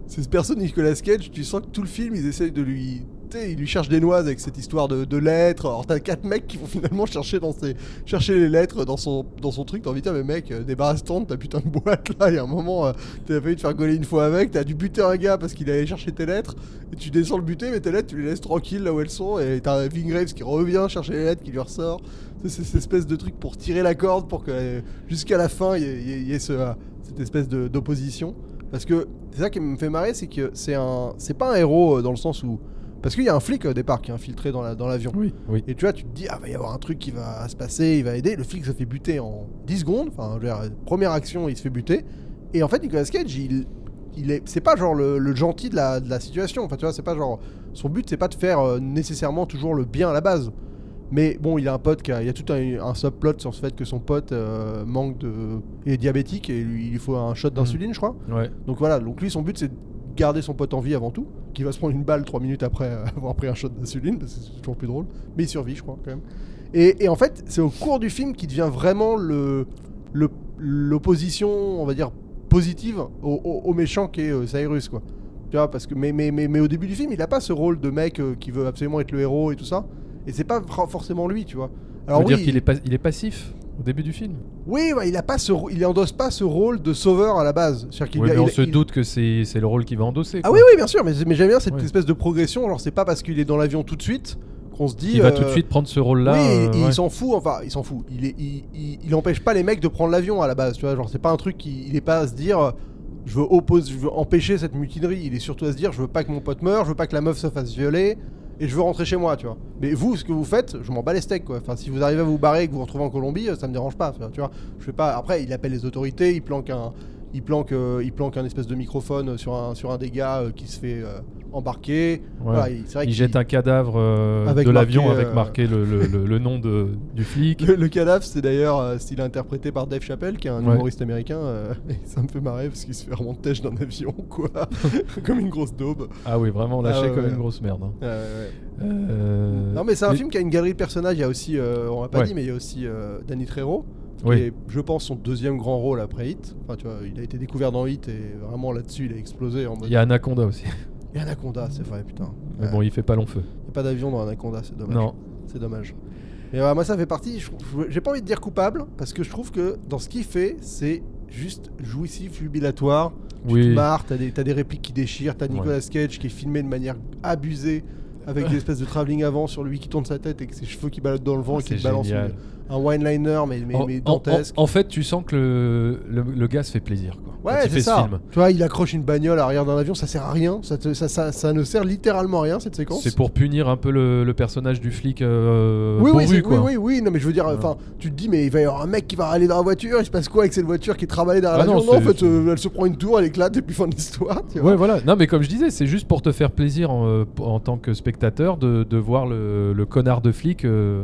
c'est ce perso de Nicolas Cage. Tu sens que tout le film, ils essayent de lui. tu sais, Ils lui cherchent des noises avec cette histoire de, de lettres. Alors, t'as quatre mecs qui vont finalement chercher, dans ses, chercher les lettres dans son, dans son truc. T'as envie de dire, mais mec, euh, débarrasse-toi de ta putain de boîte là. Il y a un moment, euh, t'as failli te faire gauler une fois avec. T'as dû buter un gars parce qu'il allait chercher tes lettres. Et tu descends le buter, mais tes lettres, tu les laisses tranquilles là où elles sont. Et t'as Vingraves qui revient chercher les lettres, qui lui ressort. C'est c'est cette espèce de truc pour tirer la corde pour que euh, jusqu'à la fin, il y ait- il y ait- il y ait ce, euh, cette espèce de- d'opposition. Parce que c'est ça qui me fait marrer, c'est que c'est un, c'est pas un héros euh, dans le sens où, parce qu'il y a un flic au départ qui est infiltré dans la dans l'avion. Oui, oui. Et tu vois, tu te dis, ah, va y avoir un truc qui va se passer, il va aider. Le flic se fait buter en 10 secondes. Enfin, je veux dire, euh, première action, il se fait buter. Et en fait, Nicolas Cage, il, il est, c'est pas genre le, le gentil de la, de la situation. Enfin, tu vois, c'est pas genre. Son but, c'est pas de faire euh, nécessairement toujours le bien à la base. Mais bon, il a un pote qui a, il y a tout un, un subplot sur ce fait que son pote euh, manque de. est diabétique et lui, il lui faut un shot d'insuline, je crois. Ouais. Donc voilà, donc lui son but c'est de garder son pote en vie avant tout, qui va se prendre une balle 3 minutes après euh, [laughs] avoir pris un shot d'insuline, parce que c'est toujours plus drôle, mais il survit je crois quand même. Et, et en fait c'est au cours du film qui devient vraiment le le- l'opposition, on va dire, positive au, au- au méchant qui est euh, Cyrus quoi. Tu vois, parce que, mais, mais, mais, mais au début du film, il a pas ce rôle de mec euh, qui veut absolument être le héros et tout ça. Et c'est pas fra- forcément lui, tu vois. Ça veut oui, dire qu'il est, pas- il est passif au début du film. oui ouais, il a pas ce, rô- il endosse pas ce rôle de sauveur à la base. C'est-à-dire qu'il Ouais, a- mais on il- se il- doute que c'est c'est le rôle qu'il va endosser. Ah quoi. oui, oui, bien sûr, mais, mais j'aime bien cette Oui. espèce de progression. Genre, c'est pas parce qu'il est dans l'avion tout de suite qu'on se dit. Il va euh, tout de suite prendre ce rôle-là. oui, euh, il- il ouais. s'en fout, enfin, il s'en fout. Il, est, il, il- il empêche pas les mecs de prendre l'avion à la base, tu vois. Genre, c'est pas un truc, qui- il est pas à se dire. euh, Je veux, oppose, je veux empêcher cette mutinerie. Il est surtout à se dire je veux pas que mon pote meure, je veux pas que la meuf se fasse violer, et je veux rentrer chez moi, tu vois. Mais vous, ce que vous faites, je m'en bats les steaks, quoi. Enfin, si vous arrivez à vous barrer et que vous vous retrouvez en Colombie, euh, ça me dérange pas, tu vois. Je fais pas. Après, il appelle les autorités, il planque un, Il planque, euh, il planque un espèce de microphone sur un, sur un des gars euh, qui se fait euh, embarquer. Voilà, il- c'est vrai Il qu'il- jette un cadavre euh, Avec de marqué, l'avion euh, avec marqué le, le- le- le nom de- du [laughs] flic. Le, le cadavre, c'est d'ailleurs, euh, il est interprété par Dave Chappelle, qui est un Ouais. humoriste américain. euh, [laughs] et ça me fait marrer parce qu'il se fait remontage d'un avion, [laughs] [laughs] quoi. comme une grosse daube. Ah oui, vraiment lâché Ah ouais, comme ouais. une grosse merde. hein. Euh, ouais. Euh, non, mais c'est un les- film qui a une galerie de personnages. Il y a aussi, euh, on l'a pas Ouais. dit, mais il y a aussi euh, Danny Trejo, qui Oui. est, je pense, son deuxième grand rôle après Hit. Enfin, tu vois, il a été découvert dans Hit et vraiment là-dessus, il a explosé en mode. Il y a Anaconda aussi. Et Anaconda, c'est vrai, putain. Mais Ouais. bon, il fait pas long feu. Il n'y a pas d'avion dans Anaconda, c'est dommage. Non. C'est dommage. Et voilà, moi, ça fait partie. je- je- J'ai pas envie de dire coupable, parce que je trouve que dans ce qu'il fait, c'est juste jouissif, jubilatoire. Tu te Oui. marres, t'as des, t'as des répliques qui déchirent, t'as Nicolas Cage qui est filmé de manière abusée, avec des espèces de travelling avant sur lui qui tourne sa tête et que ses cheveux qui baladent dans le vent Ah, et qui c'est te balance génial. une- un one-liner, mais, mais, En, mais en- en- dantesque. en fait, tu sens que le, le, le gars se fait plaisir. Quoi, quand Ouais, il fait c'est ce ça. film. Tu vois, il accroche une bagnole à l'arrière d'un avion, ça sert à rien. Ça, te- ça, ça, ça ne sert littéralement à rien cette séquence. C'est pour punir un peu le, le personnage du flic euh, oui, oui, bourru, c'est- quoi. oui, oui, oui, non, mais je veux dire, Ouais. enfin, tu te dis, mais il va y avoir un mec qui va râler dans la voiture, il se passe quoi avec cette voiture qui est travaillée dans Ah la non, voiture Non, en c'est- fait, c'est- euh, elle se prend une tour, elle éclate, et puis fin de l'histoire, tu vois. Ouais, voilà. Non, mais comme je disais, c'est juste pour te faire plaisir en, euh, en tant que spectateur de, de voir le, le connard de flic euh,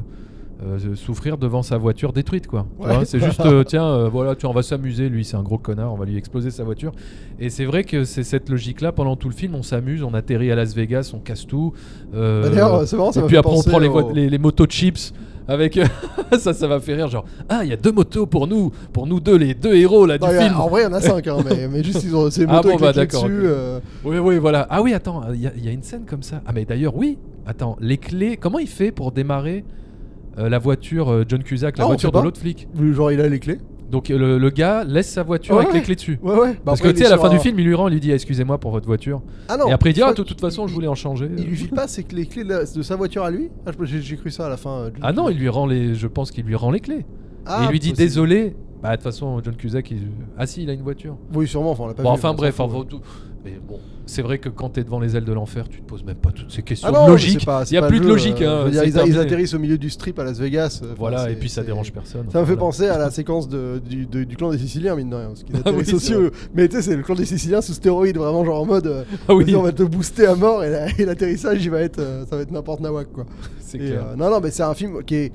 euh, souffrir devant sa voiture détruite, quoi. Tu Ouais. vois, c'est juste, euh, tiens, euh, voilà, tu, on va s'amuser, lui, c'est un gros connard, on va lui exploser sa voiture. Et c'est vrai que c'est cette logique-là, pendant tout le film, on s'amuse, on atterrit à Las Vegas, on casse tout. euh, Bah, D'ailleurs, c'est marrant, ça et m'a puis fait après, on penser prend les, au- voit- les, les motos chips avec. [laughs] ça, ça va faire rire. Genre, ah, il y a deux motos pour nous, pour nous deux, les deux héros là du Non, il y a- film. En vrai, il y en a 5, mais, mais juste, ils [laughs] ont ces Ah bon, motos avec bah, les clés d'accord, dessus. ok. euh, Oui, oui, voilà. Ah oui, attends, il y, a- il y a une scène comme ça. Ah, mais d'ailleurs, oui. Attends, les clés, comment il fait pour démarrer euh, la voiture euh, John Cusack, la Ah, on sait voiture de pas. l'autre flic le Genre, il a les clés. Donc euh, le, le gars laisse sa voiture Ouais, avec ouais. les clés dessus. Ouais, ouais. Bah, Parce après, que il tu est sais, à la sur fin un- du film, il lui rend, il lui dit Excusez-moi pour votre voiture. Ah non, Et après, il dit je Ah, crois de toute façon, je voulais en changer. qu'il- Il lui file pas, c'est que les clés de la- de sa voiture à lui Ah, je- J'ai j'ai cru ça à la fin. euh, Ah non, il lui rend les. Je pense qu'il lui rend les clés. Ah, Et il lui dit possible. Désolé. Bah, de toute façon, John Cusack, il... ah si, il a une voiture. Oui, sûrement, enfin, on l'a pas Bon, vu, enfin on s'en bref, fout, enfin, ouais. tout- mais bon, c'est vrai que quand t'es devant les ailes de l'enfer, tu te poses même pas toutes ces questions Ah non, mais logiques. c'est pas- Il c'est y a pas plus le de jeu, logique. euh, hein, je veux dire, c'est ils, a- ils terminé. atterrissent au milieu du strip à Las Vegas. euh, enfin, Voilà, et c'est- puis ça c'est- dérange personne. Ça me fait Voilà. penser à la séquence de- du, de- du clan des Siciliens, mine de rien. Parce [laughs] qu'ils Ah atterrissent oui, au c'est ciel. Mais tu sais, c'est le clan des Siciliens sous stéroïdes, vraiment, genre en mode. euh, Ah oui, vas-y, on va te booster à mort et, la- et l'atterrissage, il va être, euh, ça va être n'importe nawak, quoi. c'est Et, clair. euh, non, non, mais c'est un film qui est,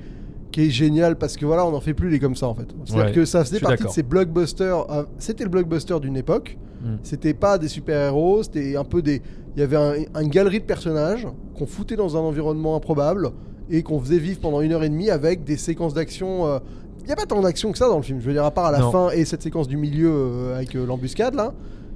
qui est génial parce que voilà, on en fait plus les comme ça en fait. C'est-à-dire Ouais, que ça je faisait suis partie de d'accord. ces blockbusters. euh, c'était le blockbuster d'une époque. Mm. C'était pas des super-héros, c'était un peu des. Il y avait un- une galerie de personnages qu'on foutait dans un environnement improbable et qu'on faisait vivre pendant une heure et demie avec des séquences d'action. euh, Il y a pas tant d'action que ça dans le film. Je veux dire, à part à la Non. fin et cette séquence du milieu euh, avec euh, l'embuscade là,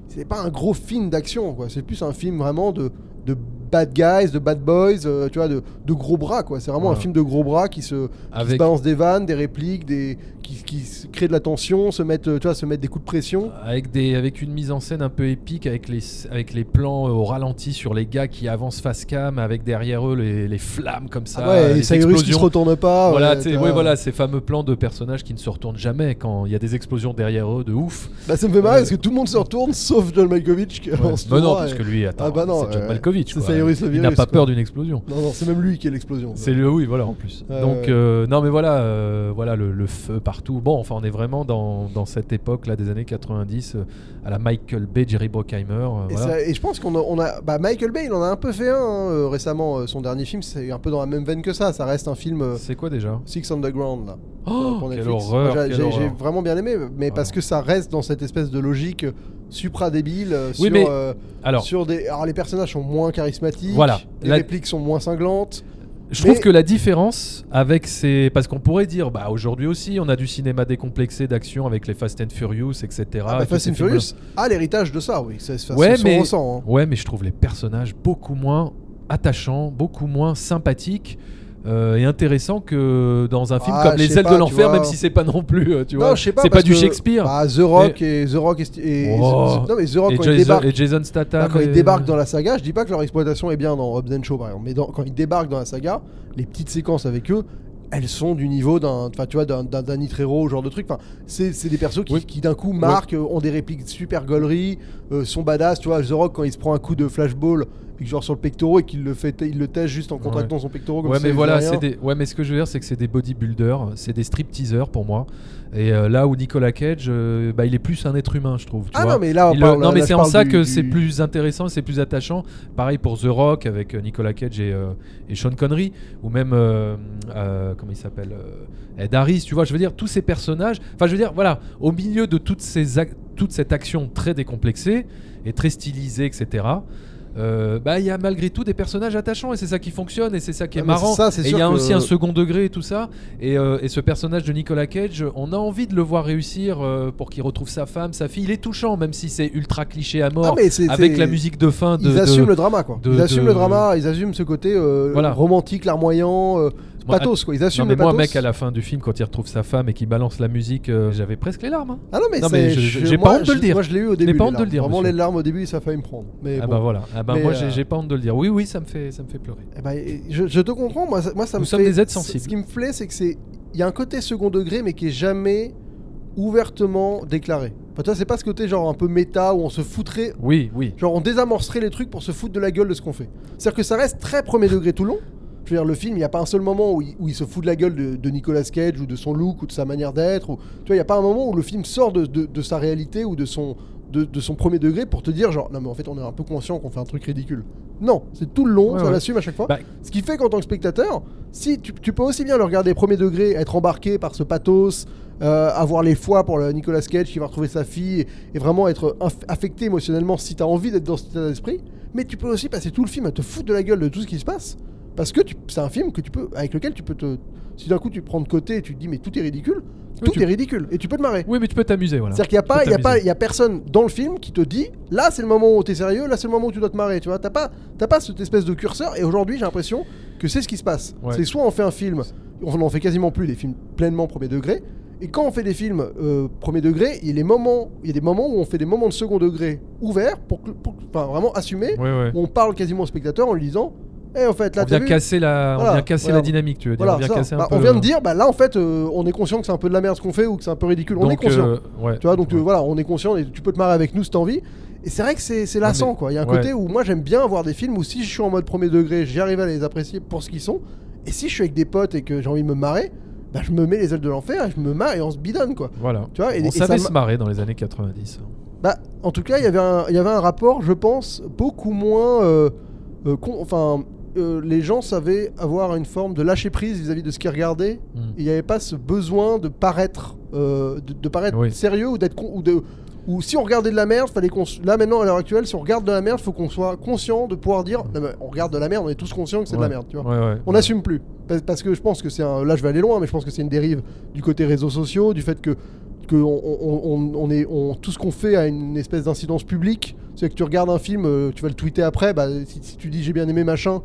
c'est pas un gros film d'action quoi. C'est plus un film vraiment de, de bad guys, de bad boys, euh, tu vois, de, de gros bras quoi. C'est vraiment Ouais. un film de gros bras qui se, qui se Avec, balance des vannes, des répliques, des qui, qui se crée de la tension, se mettent, euh, tu vois, se mettent des coups de pression. avec, des, avec une mise en scène un peu épique, avec les, avec les plans euh, au ralenti sur les gars qui avancent face cam, avec derrière eux les, les flammes comme ça, Ah ouais, et les Cyrus qui se explosions. retourne pas. Voilà, ouais, tu sais, t'as- ouais, voilà, ces fameux plans de personnages qui ne se retournent jamais quand il y a des explosions derrière eux de ouf. Bah, ça me fait marrer Ouais. parce que tout le monde se retourne sauf John Malkovich. qui Euh, Ouais. avance tout Mais non, droit parce et- que lui, attends, Ah bah non, c'est John ouais. Malkovich. C'est quoi. Cyrus le Il n'a virus, pas quoi. peur d'une explosion. Non, non, c'est même lui qui est l'explosion. C'est le oui, voilà en plus. Ouais, Donc ouais. euh, non mais voilà, euh, voilà le, le feu partout. Bon, enfin on est vraiment dans, dans cette époque là des années 90 euh, à la Michael Bay, Jerry Bruckheimer. euh, Et, voilà. ça- et je pense qu'on a, on a- bah, Michael Bay, il en a un peu fait un hein, euh, récemment. euh, son dernier film, c'est un peu dans la même veine que ça. Ça reste un film euh, C'est quoi déjà Six Underground. Là, Oh, pour quelle Netflix. horreur, Moi, j'ai- quelle j'ai- J'ai horreur. vraiment bien aimé, mais Ouais. parce que ça reste dans cette espèce de logique supra débile. Oui, sur, mais- euh, Alors, sur des. Alors les personnages sont moins charismatiques. Voilà. Les La- répliques sont moins cinglantes. je mais- trouve que la différence avec ces parce qu'on pourrait dire bah aujourd'hui aussi on a du cinéma décomplexé d'action avec les Fast and Furious etc. Ah, bah, tous Fast ces and films-là. Furious a l'héritage de ça, oui. Ça, ça, Ouais, ça mais- se ressent. hein. Ouais, mais je trouve les personnages beaucoup moins attachants, beaucoup moins sympathiques euh, et intéressants que dans un film Ah, comme je Les sais ailes pas, de tu l'enfer, vois. même si c'est pas non plus, euh, tu Non, vois, je sais pas. c'est pas parce du que, Shakespeare. bah, The Rock et The Rock et, Sti- et- Oh. non mais The Rock et, quand Jason, il débarque, et Jason Statham. Là, Bah, quand et- ils débarquent dans la saga, je dis pas que leur exploitation est bien dans Hobbs and Shaw par exemple, mais dans- quand ils débarquent dans la saga, les petites séquences avec eux, elles sont du niveau d'un, enfin tu vois, d'un d'un Danny Trejo, genre de truc. Enfin, c'est c'est des persos qui, Oui. qui, d'un coup marquent, euh, ont des répliques super gauleries, euh, sont badass. Tu vois, The Rock quand il se prend un coup de flashball et que genre sur le pectoral et qu'il le fait, il le teste juste en contractant son pectoral comme Ouais ça, mais il voilà, faisait c'est rien. des... ouais mais ce que je veux dire c'est que c'est des bodybuilders, c'est des strip teasers pour moi. Et euh, là où Nicolas Cage, euh, bah, il est plus un être humain je trouve. tu Ah vois. non mais là on Il le- parle. non mais là, je c'est en parle ça du- que du- c'est plus intéressant, c'est plus attachant. Pareil pour The Rock avec euh, Nicolas Cage et, euh, et Sean Connery, ou même euh, euh, comment il s'appelle euh, Ed Harris. Tu vois, je veux dire tous ces personnages. Enfin, je veux dire voilà, au milieu de toutes ces ac- toute cette action très décomplexée et très stylisée, etc. euh, bah il y a malgré tout des personnages attachants et c'est ça qui fonctionne et c'est ça qui est Ah, mais marrant ça, c'est et il sûr y a que- aussi un second degré et tout ça et, euh, et ce personnage de Nicolas Cage on a envie de le voir réussir euh, pour qu'il retrouve sa femme sa fille il est touchant même si c'est ultra cliché à Ah, mort mais c'est- avec c'est- la musique de fin de, Ils de- assument le drama quoi. de- ils assument de- le drama, ils assument ce côté euh, Voilà. romantique, larmoyant, euh, Moi, pathos quoi. Ils non assument mais le moi pathos. mec à la fin du film quand il retrouve sa femme et qu'il balance la musique euh, j'avais presque les larmes hein. Ah non mais, Non, c'est- mais je- je- j'ai moi, pas honte de le je- dire. Moi je l'ai eu au n'ai début. pas les honte de le larmes. dire, Vraiment monsieur. les larmes au début ça a failli me prendre. Mais ah bon. bah voilà ah bah Mais, moi j'ai- euh, j'ai pas honte de le dire oui oui ça me fait ça me fait pleurer Eh ben, je, je te comprends, moi ça, moi, ça Nous me sommes fait. des êtres ce- sensibles. Ce qui me plaît, c'est que c'est. Il y a un côté second degré, mais qui est jamais ouvertement déclaré. Enfin, tu vois, c'est pas ce côté genre un peu méta où on se foutrait. oui oui Genre on désamorcerait les trucs pour se foutre de la gueule de ce qu'on fait. C'est-à-dire que ça reste très premier degré tout le long. Je veux dire, le film, il n'y a pas un seul moment où il, où il se fout de la gueule de, de Nicolas Cage ou de son look ou de sa manière d'être. Ou, tu vois, il n'y a pas un moment où le film sort de, de- de sa réalité ou de son, de, de son premier degré pour te dire genre, non mais en fait on est un peu conscient qu'on fait un truc ridicule. Non, c'est tout le long, Ouais, ça ouais. l'assume à chaque fois. Bah, Ce qui fait qu'en tant que spectateur, si tu, tu peux aussi bien le regarder premier degré, être embarqué par ce pathos, euh, avoir les fois pour le Nicolas Cage qui va retrouver sa fille, et vraiment être inf- affecté émotionnellement si tu as envie d'être dans cet état d'esprit, mais tu peux aussi passer tout le film à te foutre de la gueule de tout ce qui se passe, parce que tu- c'est un film que tu peux, avec lequel tu peux te... Si d'un coup tu te prends de côté et tu te dis mais tout est ridicule, tout tu- est ridicule, et tu peux te marrer. oui mais tu peux t'amuser voilà C'est-à-dire qu'il n'y a, Tu pas- peux il y a, pas- t'amuser. il y a personne dans le film qui te dit là c'est le moment où t'es sérieux, là c'est le moment où tu dois te marrer, tu vois. T'as pas, t'as pas cette espèce de curseur et aujourd'hui j'ai l'impression que c'est ce qui se passe. Ouais. C'est soit on fait un film, on en fait quasiment plus des films pleinement premier degré, et quand on fait des films euh, premier degré, il y, a les moments, il y a des moments où on fait des moments de second degré ouverts pour, que- pour- enfin, vraiment assumer, Ouais, ouais. où on parle quasiment au spectateur en lui disant Eh en fait là on t'as vient vu casser la on Voilà, vient casser voilà. la dynamique tu veux dire Voilà, on vient ça. casser un Bah, peu on le- vient de dire bah là en fait euh, on est conscient que c'est un peu de la merde ce qu'on fait ou que c'est un peu ridicule, on est Donc, conscient. euh, ouais. Tu vois, donc euh, Ouais. voilà, on est conscient et tu peux te marrer avec nous si t'as envie. Et c'est vrai que c'est c'est lassant, mais- quoi. Il y a un ouais. côté où moi j'aime bien avoir des films où si je suis en mode premier degré, j'arrive à les apprécier pour ce qu'ils sont. Et si je suis avec des potes et que j'ai envie de me marrer, bah, je me mets les ailes de l'enfer et je me marre et on se bidonne, quoi. Voilà. Tu vois, et- on et ça savait m'a- se marrer dans les années 90. Bah, en tout cas, il y avait un- il y avait un rapport, je pense, beaucoup moins. euh, euh, con- enfin, euh, les gens savaient avoir une forme de lâcher prise vis-à-vis de ce qu'ils regardaient. Mm. Il n'y avait pas ce besoin de paraître, euh, de, de paraître Oui. sérieux ou d'être con- ou de ou si on regardait de la merde, fallait qu'on s- là maintenant à l'heure actuelle, si on regarde de la merde, faut qu'on soit conscient de pouvoir dire Non, mais on regarde de la merde, on est tous conscients que c'est de la Hmm. Ouais. merde, tu vois. Ouais, ouais. On n'assume plus. Parce- Parce que je pense que c'est un. Là, je vais aller loin, mais je pense que c'est une dérive du côté réseaux sociaux, du fait que, que on, on- on- on est, on- tout ce qu'on fait a une espèce d'incidence publique. C'est-à-dire que tu regardes un film, euh, tu vas le tweeter après, bah, si, si tu dis j'ai bien aimé machin,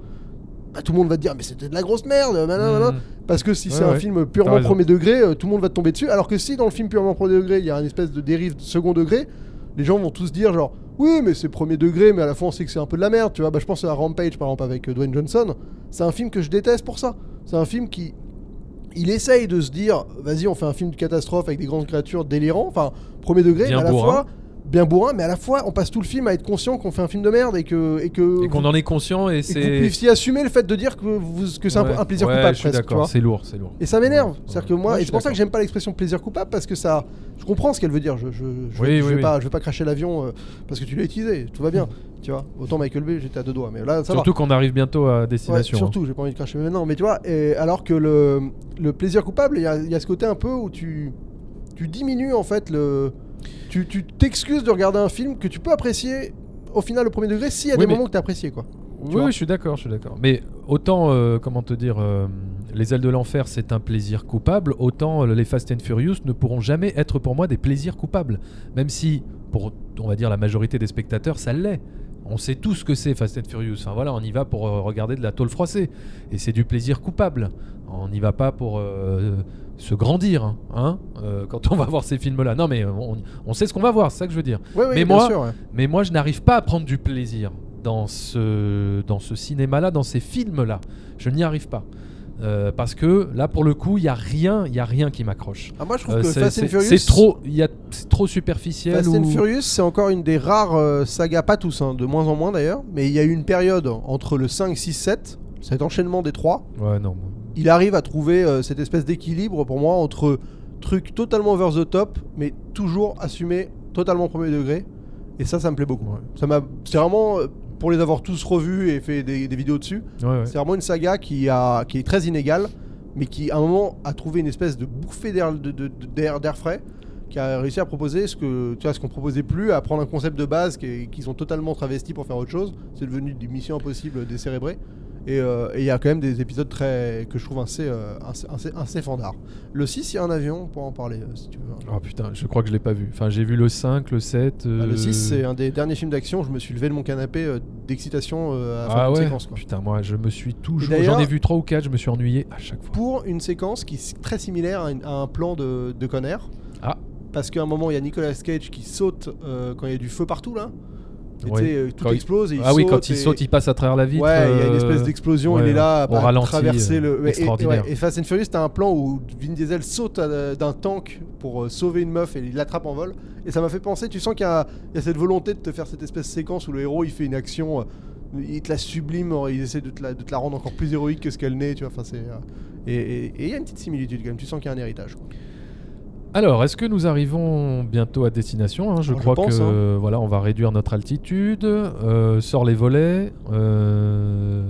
bah, tout le monde va te dire mais c'était de la grosse merde, nanana, nanana. Mm. Parce que si Ouais, c'est un ouais. film T'as purement raison. premier degré, euh, tout le monde va te tomber dessus. Alors que si dans le film purement premier degré, il y a une espèce de dérive de second degré, les gens vont tous dire genre oui mais c'est premier degré, mais à la fois on sait que c'est un peu de la merde, tu vois. Bah, je pense à Rampage par exemple avec euh, Dwayne Johnson. C'est un film que je déteste pour ça. C'est un film qui il essaye de se dire vas-y on fait un film de catastrophe avec des grandes créatures délirantes, enfin premier degré, Bien mais à bourrin. la fois bien bourrin, mais à la fois on passe tout le film à être conscient qu'on fait un film de merde et que et que Mmh. Et qu'on en est conscient et et que vous c'est. puissiez assumer le fait de dire que, vous- que c'est un- Ouais. un, plaisir Ouais, coupable Je suis presque, tu d'accord. vois. C'est lourd, c'est lourd. Et ça m'énerve. Ouais, C'est-à-dire ouais. que moi, Ouais, je et c'est suis pour ça que d'accord. j'aime pas l'expression plaisir coupable parce que ça, je comprends ce qu'elle veut dire. Je, je, Oui, je, je oui, vais oui. Hmm. pas, je vais pas cracher l'avion euh, parce que tu l'as utilisé. Tout va bien, tu vois. Autant Michael Bay, j'étais à deux doigts, mais là, ça va. Surtout qu'on arrive bientôt à Ouais, destination. hein. surtout, j'ai pas envie de cracher maintenant, mais tu vois, et alors que le, le plaisir coupable, il y, a- il y a ce côté un peu où tu, tu diminues en fait le. Tu tu t'excuses de regarder un film que tu peux apprécier au final au premier degré s'il y a Oui, des mais- moments que tu apprécié quoi. Oui, Tu vois. oui, je suis d'accord, je suis d'accord. Mais autant, euh, comment te dire, euh, les ailes de l'enfer, c'est un plaisir coupable, autant euh, les Fast and Furious ne pourront jamais être pour moi des plaisirs coupables. Même si, pour, on va dire, la majorité des spectateurs, ça l'est. On sait tous ce que c'est Fast and Furious. Enfin voilà, on y va pour euh, regarder de la tôle froissée. Et c'est du plaisir coupable. On n'y va pas pour euh, se grandir, hein, euh, quand on va voir ces films-là. Non, mais euh, on, on sait ce qu'on va voir, c'est ça que je veux dire. Ouais, ouais, Mais bien moi, sûr, ouais. Mais moi, je n'arrive pas à prendre du plaisir dans ce, dans ce cinéma-là, dans ces films-là. Je n'y arrive pas. Euh, parce que là, pour le coup, il y a rien, il y a rien qui m'accroche. Ah, moi, je trouve Euh, que c'est- Fast and c'est Furious. c'est trop, il y a- c'est trop superficiel. Fast and ou- Furious, c'est encore une des rares euh, sagas, pas tous, hein, de moins en moins d'ailleurs, mais il y a eu une période entre le 5, 6, 7, cet enchaînement des trois, Ouais, non. moi. il arrive à trouver euh, cette espèce d'équilibre pour moi entre truc totalement over the top, mais toujours assumé totalement premier degré. Et ça, ça me plaît beaucoup. Ouais. Ça m'a, c'est vraiment euh, pour les avoir tous revus et fait des, des vidéos dessus. Ouais, ouais. C'est vraiment une saga qui a, qui est très inégale, mais qui à un moment a trouvé une espèce de bouffée d'air, de- de- de- d'air, d'air frais, qui a réussi à proposer ce que, tu vois, ce qu'on proposait plus, à prendre un concept de base qui est- qu'ils ont totalement travesti pour faire autre chose. C'est devenu des missions impossibles décérébrées. Et euh, et il y a quand même des épisodes très que je trouve assez, euh, assez, assez, assez fandards. Le 6, il y a un avion, on pourra en parler euh, si tu veux. Oh putain, je crois que je l'ai pas vu. Enfin, j'ai vu le 5, le 7. Ah, le euh, 6, c'est un des derniers films d'action. Je me suis levé de mon canapé euh, d'excitation euh, à la fin Ah d'une ouais. séquence. quoi. Putain, moi, je me suis toujours. d'ailleurs- J'en ai vu 3 ou 4, je me suis ennuyé à chaque fois. pour une séquence qui est très similaire à, une- à un plan de, de Conner. Ah. Parce qu'à un moment, il y a Nicolas Cage qui saute euh, quand il y a du feu partout, là. Et Oui. tu sais, euh, tout Quand il- explose. Et il ah oui, saute quand il et- saute, il passe à travers la vitre. Ouais, il y a une euh, espèce d'explosion, ouais, il est là au à ralenti, traverser euh, le. et- et- extraordinaire. ouais, Et, Fast and Furious, t'as un plan où Vin Diesel saute euh, d'un tank pour euh, sauver une meuf et il l'attrape en vol. Et ça m'a fait penser, tu sens qu'il y, a- il y a cette volonté de te faire cette espèce de séquence où le héros il fait une action, euh, il te la sublime, euh, il essaie de te la, de te la rendre encore plus héroïque que ce qu'elle n'est, tu vois. Enfin, c'est. euh, et- et et il y a une petite similitude quand même, tu sens qu'il y a un héritage. quoi. Alors, est-ce que nous arrivons bientôt à destination hein Je Alors, je crois pense, que hein. euh, voilà, on va réduire notre altitude. euh, sort les volets. euh,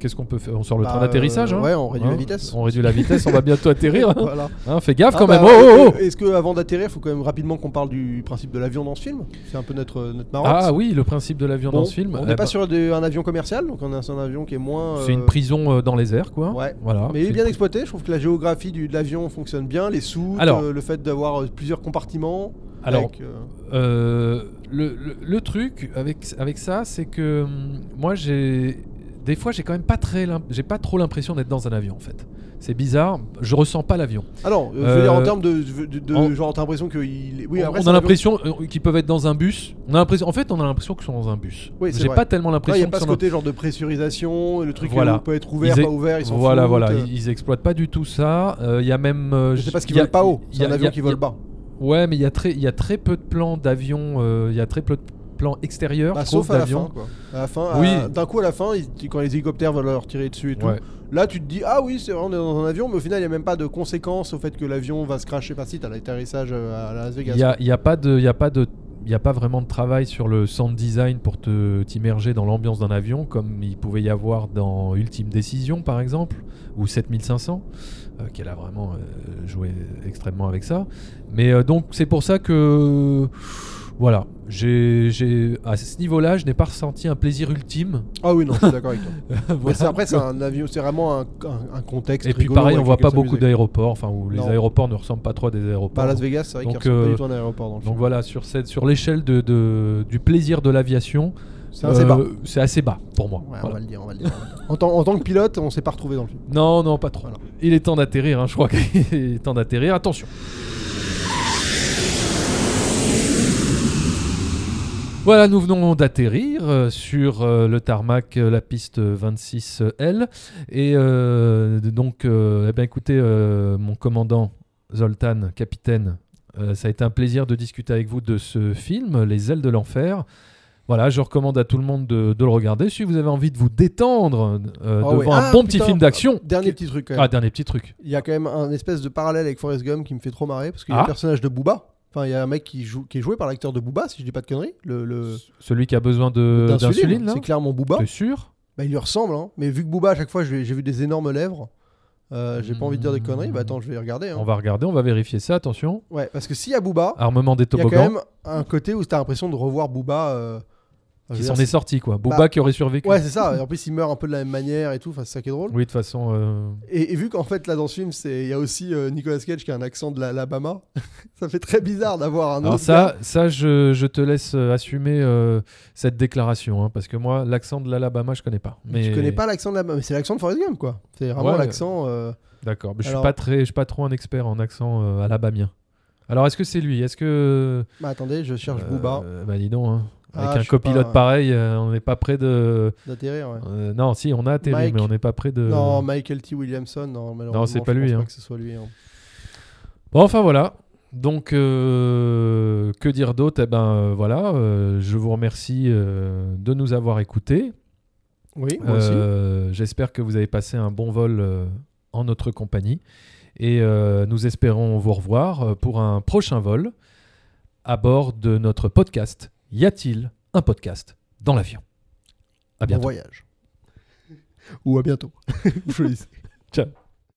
Qu'est-ce qu'on peut faire On sort le Bah, train d'atterrissage. euh, hein ouais, on réduit la Hein vitesse. On réduit la vitesse. on va bientôt [laughs] atterrir. hein. Voilà. Hein, fais gaffe Ah quand bah, même. Oh, oh, oh. Est-ce que avant d'atterrir, il faut quand même rapidement qu'on parle du principe de l'avion dans ce film C'est un peu notre, euh, notre marotte. Ah oui, le principe de l'avion Bon, dans ce film. On eh n'est ben, pas sur de- un avion commercial, donc on est sur un avion qui est moins. euh, C'est une prison euh, dans les airs, quoi. Ouais. Voilà. Mais il c'est est bien une- exploité. Je trouve que la géographie du, de l'avion fonctionne bien, les sous, Alors- le fait d'avoir euh, plusieurs compartiments. Alors, avec, euh, euh, le, le- le truc avec, avec ça, c'est que hum, moi, j'ai. Des fois, j'ai quand même pas très, l'im- j'ai pas trop l'impression d'être dans un avion en fait. C'est bizarre, je ressens pas l'avion. Ah non, euh, je veux dire en euh, termes de, de- de- on- genre t'as l'impression qu'il est. Oui, on, après, on c'est a un avion- l'impression euh, qu'ils peuvent être dans un bus. On a l'impression, en fait, on a l'impression qu'ils sont dans un bus. Oui, c'est j'ai vrai. pas tellement Non, Il n'y a l'impression. pas qu'ils ce sont dans- côté genre de pressurisation, le truc Voilà. où peut être ouvert, Ils pas est- ouvert, ils s'en Voilà, foutent, voilà, euh, ils, ils exploitent pas du tout ça. Euh, Il y a même. euh, Je sais pas ce qu'ils il y a- veulent pas haut, il y c'est a- un il y avion a- qui il y a- vole bas. Ouais, mais il y a très, il y a très peu de plans d'avions. euh, Il y a très peu de plans extérieurs. Bah, je trouve, sauf à la d'avions. fin, quoi. À la fin, Oui. à- d'un coup à la fin, ils- quand les hélicoptères veulent leur tirer dessus et tout, Ouais. Là, tu te dis, ah oui, c'est vrai, on est dans un avion, mais au final, il n'y a même pas de conséquences au fait que l'avion va se cracher. Enfin, si, t'as l'atterrissage euh, à Las Vegas. Il y a, il y a pas de, il y a pas de, il y a pas vraiment de travail sur le sound design pour te t'immerger dans l'ambiance d'un avion comme il pouvait y avoir dans Ultime Décision par exemple ou 7500 euh, qu'elle a vraiment euh, joué extrêmement avec ça. Mais euh, donc c'est pour ça que voilà, j'ai, j'ai- à ce niveau-là, je n'ai pas ressenti un plaisir ultime. Ah oui, non, je suis [laughs] d'accord avec toi. Mais Voilà. c'est- après, c'est un avion, c'est vraiment un, un- un contexte. Et puis rigolo pareil, on avec voit lequel pas beaucoup s'amuser. d'aéroports, enfin où les Non. aéroports ne ressemblent pas trop à des aéroports. Bah, Las Vegas, c'est vrai qu'il Donc, ressemble pas euh, du tout à un aéroport. Dans le Donc film. voilà, sur, cette- sur l'échelle de, de- du plaisir de l'aviation, C'est assez bas. Ouais, euh, c'est assez bas pour moi. Voilà. On va le dire, on va le dire. on va le dire. en, tant, en tant que pilote, on s'est pas retrouvé dans le film. Non, non, pas trop. Voilà. Il est temps d'atterrir, hein, je crois qu'il [laughs] est temps d'atterrir. Attention. Voilà, nous venons d'atterrir euh, sur euh, le tarmac, euh, la piste 26L. Et euh, donc, euh, eh ben, écoutez, euh, mon commandant Zoltan, capitaine, euh, ça a été un plaisir de discuter avec vous de ce film, Les ailes de l'enfer. Voilà, je recommande à tout le monde de, de le regarder. Si vous avez envie de vous détendre euh, Ah devant ouais. un Ah, bon petit putain, film d'action, Dernier petit truc, quand même. ah, dernier petit truc. Il y a quand même un espèce de parallèle avec Forrest Gump qui me fait trop marrer parce qu'il y a Ah. le personnage de Booba. Enfin, il y a un mec qui, joue, qui est joué par l'acteur de Booba, si je dis pas de conneries. Le, le- Celui qui a besoin de- Euh, d'insuline, d'insuline, là hein. c'est clairement Booba. T'es sûr Bah, il lui ressemble, hein. mais vu que Booba, à chaque fois, je lui ai- j'ai vu des énormes lèvres, euh, j'ai pas envie de dire des conneries. Bah attends, je vais regarder. hein. On va regarder, on va vérifier ça, attention. Ouais, parce que s'il y a Booba, Armement des il y a quand même toboggans un côté où t'as l'impression de revoir Booba. euh, je qui veux s'en dire, est sorti, quoi. Booba Bah, qui aurait survécu. Ouais, c'est ça. Et en plus, il meurt un peu de la même manière et tout. Enfin, c'est ça qui est drôle. oui, de façon. euh, Et, et vu qu'en fait, là, dans ce film, c'est- il y a aussi euh, Nicolas Cage qui a un accent de la- l'Alabama, [laughs] ça fait très bizarre d'avoir un Alors, autre gars. ça, ça je, je te laisse euh, assumer euh, cette déclaration, hein, parce que moi, l'accent de l'Alabama, je connais pas. Mais... Tu connais pas l'accent de l'Alabama, mais c'est l'accent de Forrest Gump, quoi. C'est vraiment Ouais. l'accent. euh, D'accord, mais je suis Alors- pas très, je suis pas trop un expert en accent euh, alabamien. Alors, est-ce que c'est lui Est-ce que Bah attendez, je cherche Euh, Booba. Bah dis donc. hein. Ah, Avec je un sais copilote pas. pareil, euh, on n'est pas près de. D'atterrir, ouais. euh, non, si, on a atterri, Mike. mais on n'est pas près de. Non, Michael T. Williamson, non, malheureusement. euh, c'est je pas lui, pense hein. Pas que ce soit lui. hein. Bon, enfin voilà. Donc, euh, que dire d'autre Eh ben euh, voilà, euh, je vous remercie euh, de nous avoir écoutés. Oui, moi aussi. Euh, J'espère que vous avez passé un bon vol euh, en notre compagnie. Et euh, nous espérons vous revoir euh, pour un prochain vol à bord de notre podcast. Y a-t-il un podcast dans l'avion À Bon bientôt. [laughs] voyage. Ou à bientôt. Je le dis. Ciao.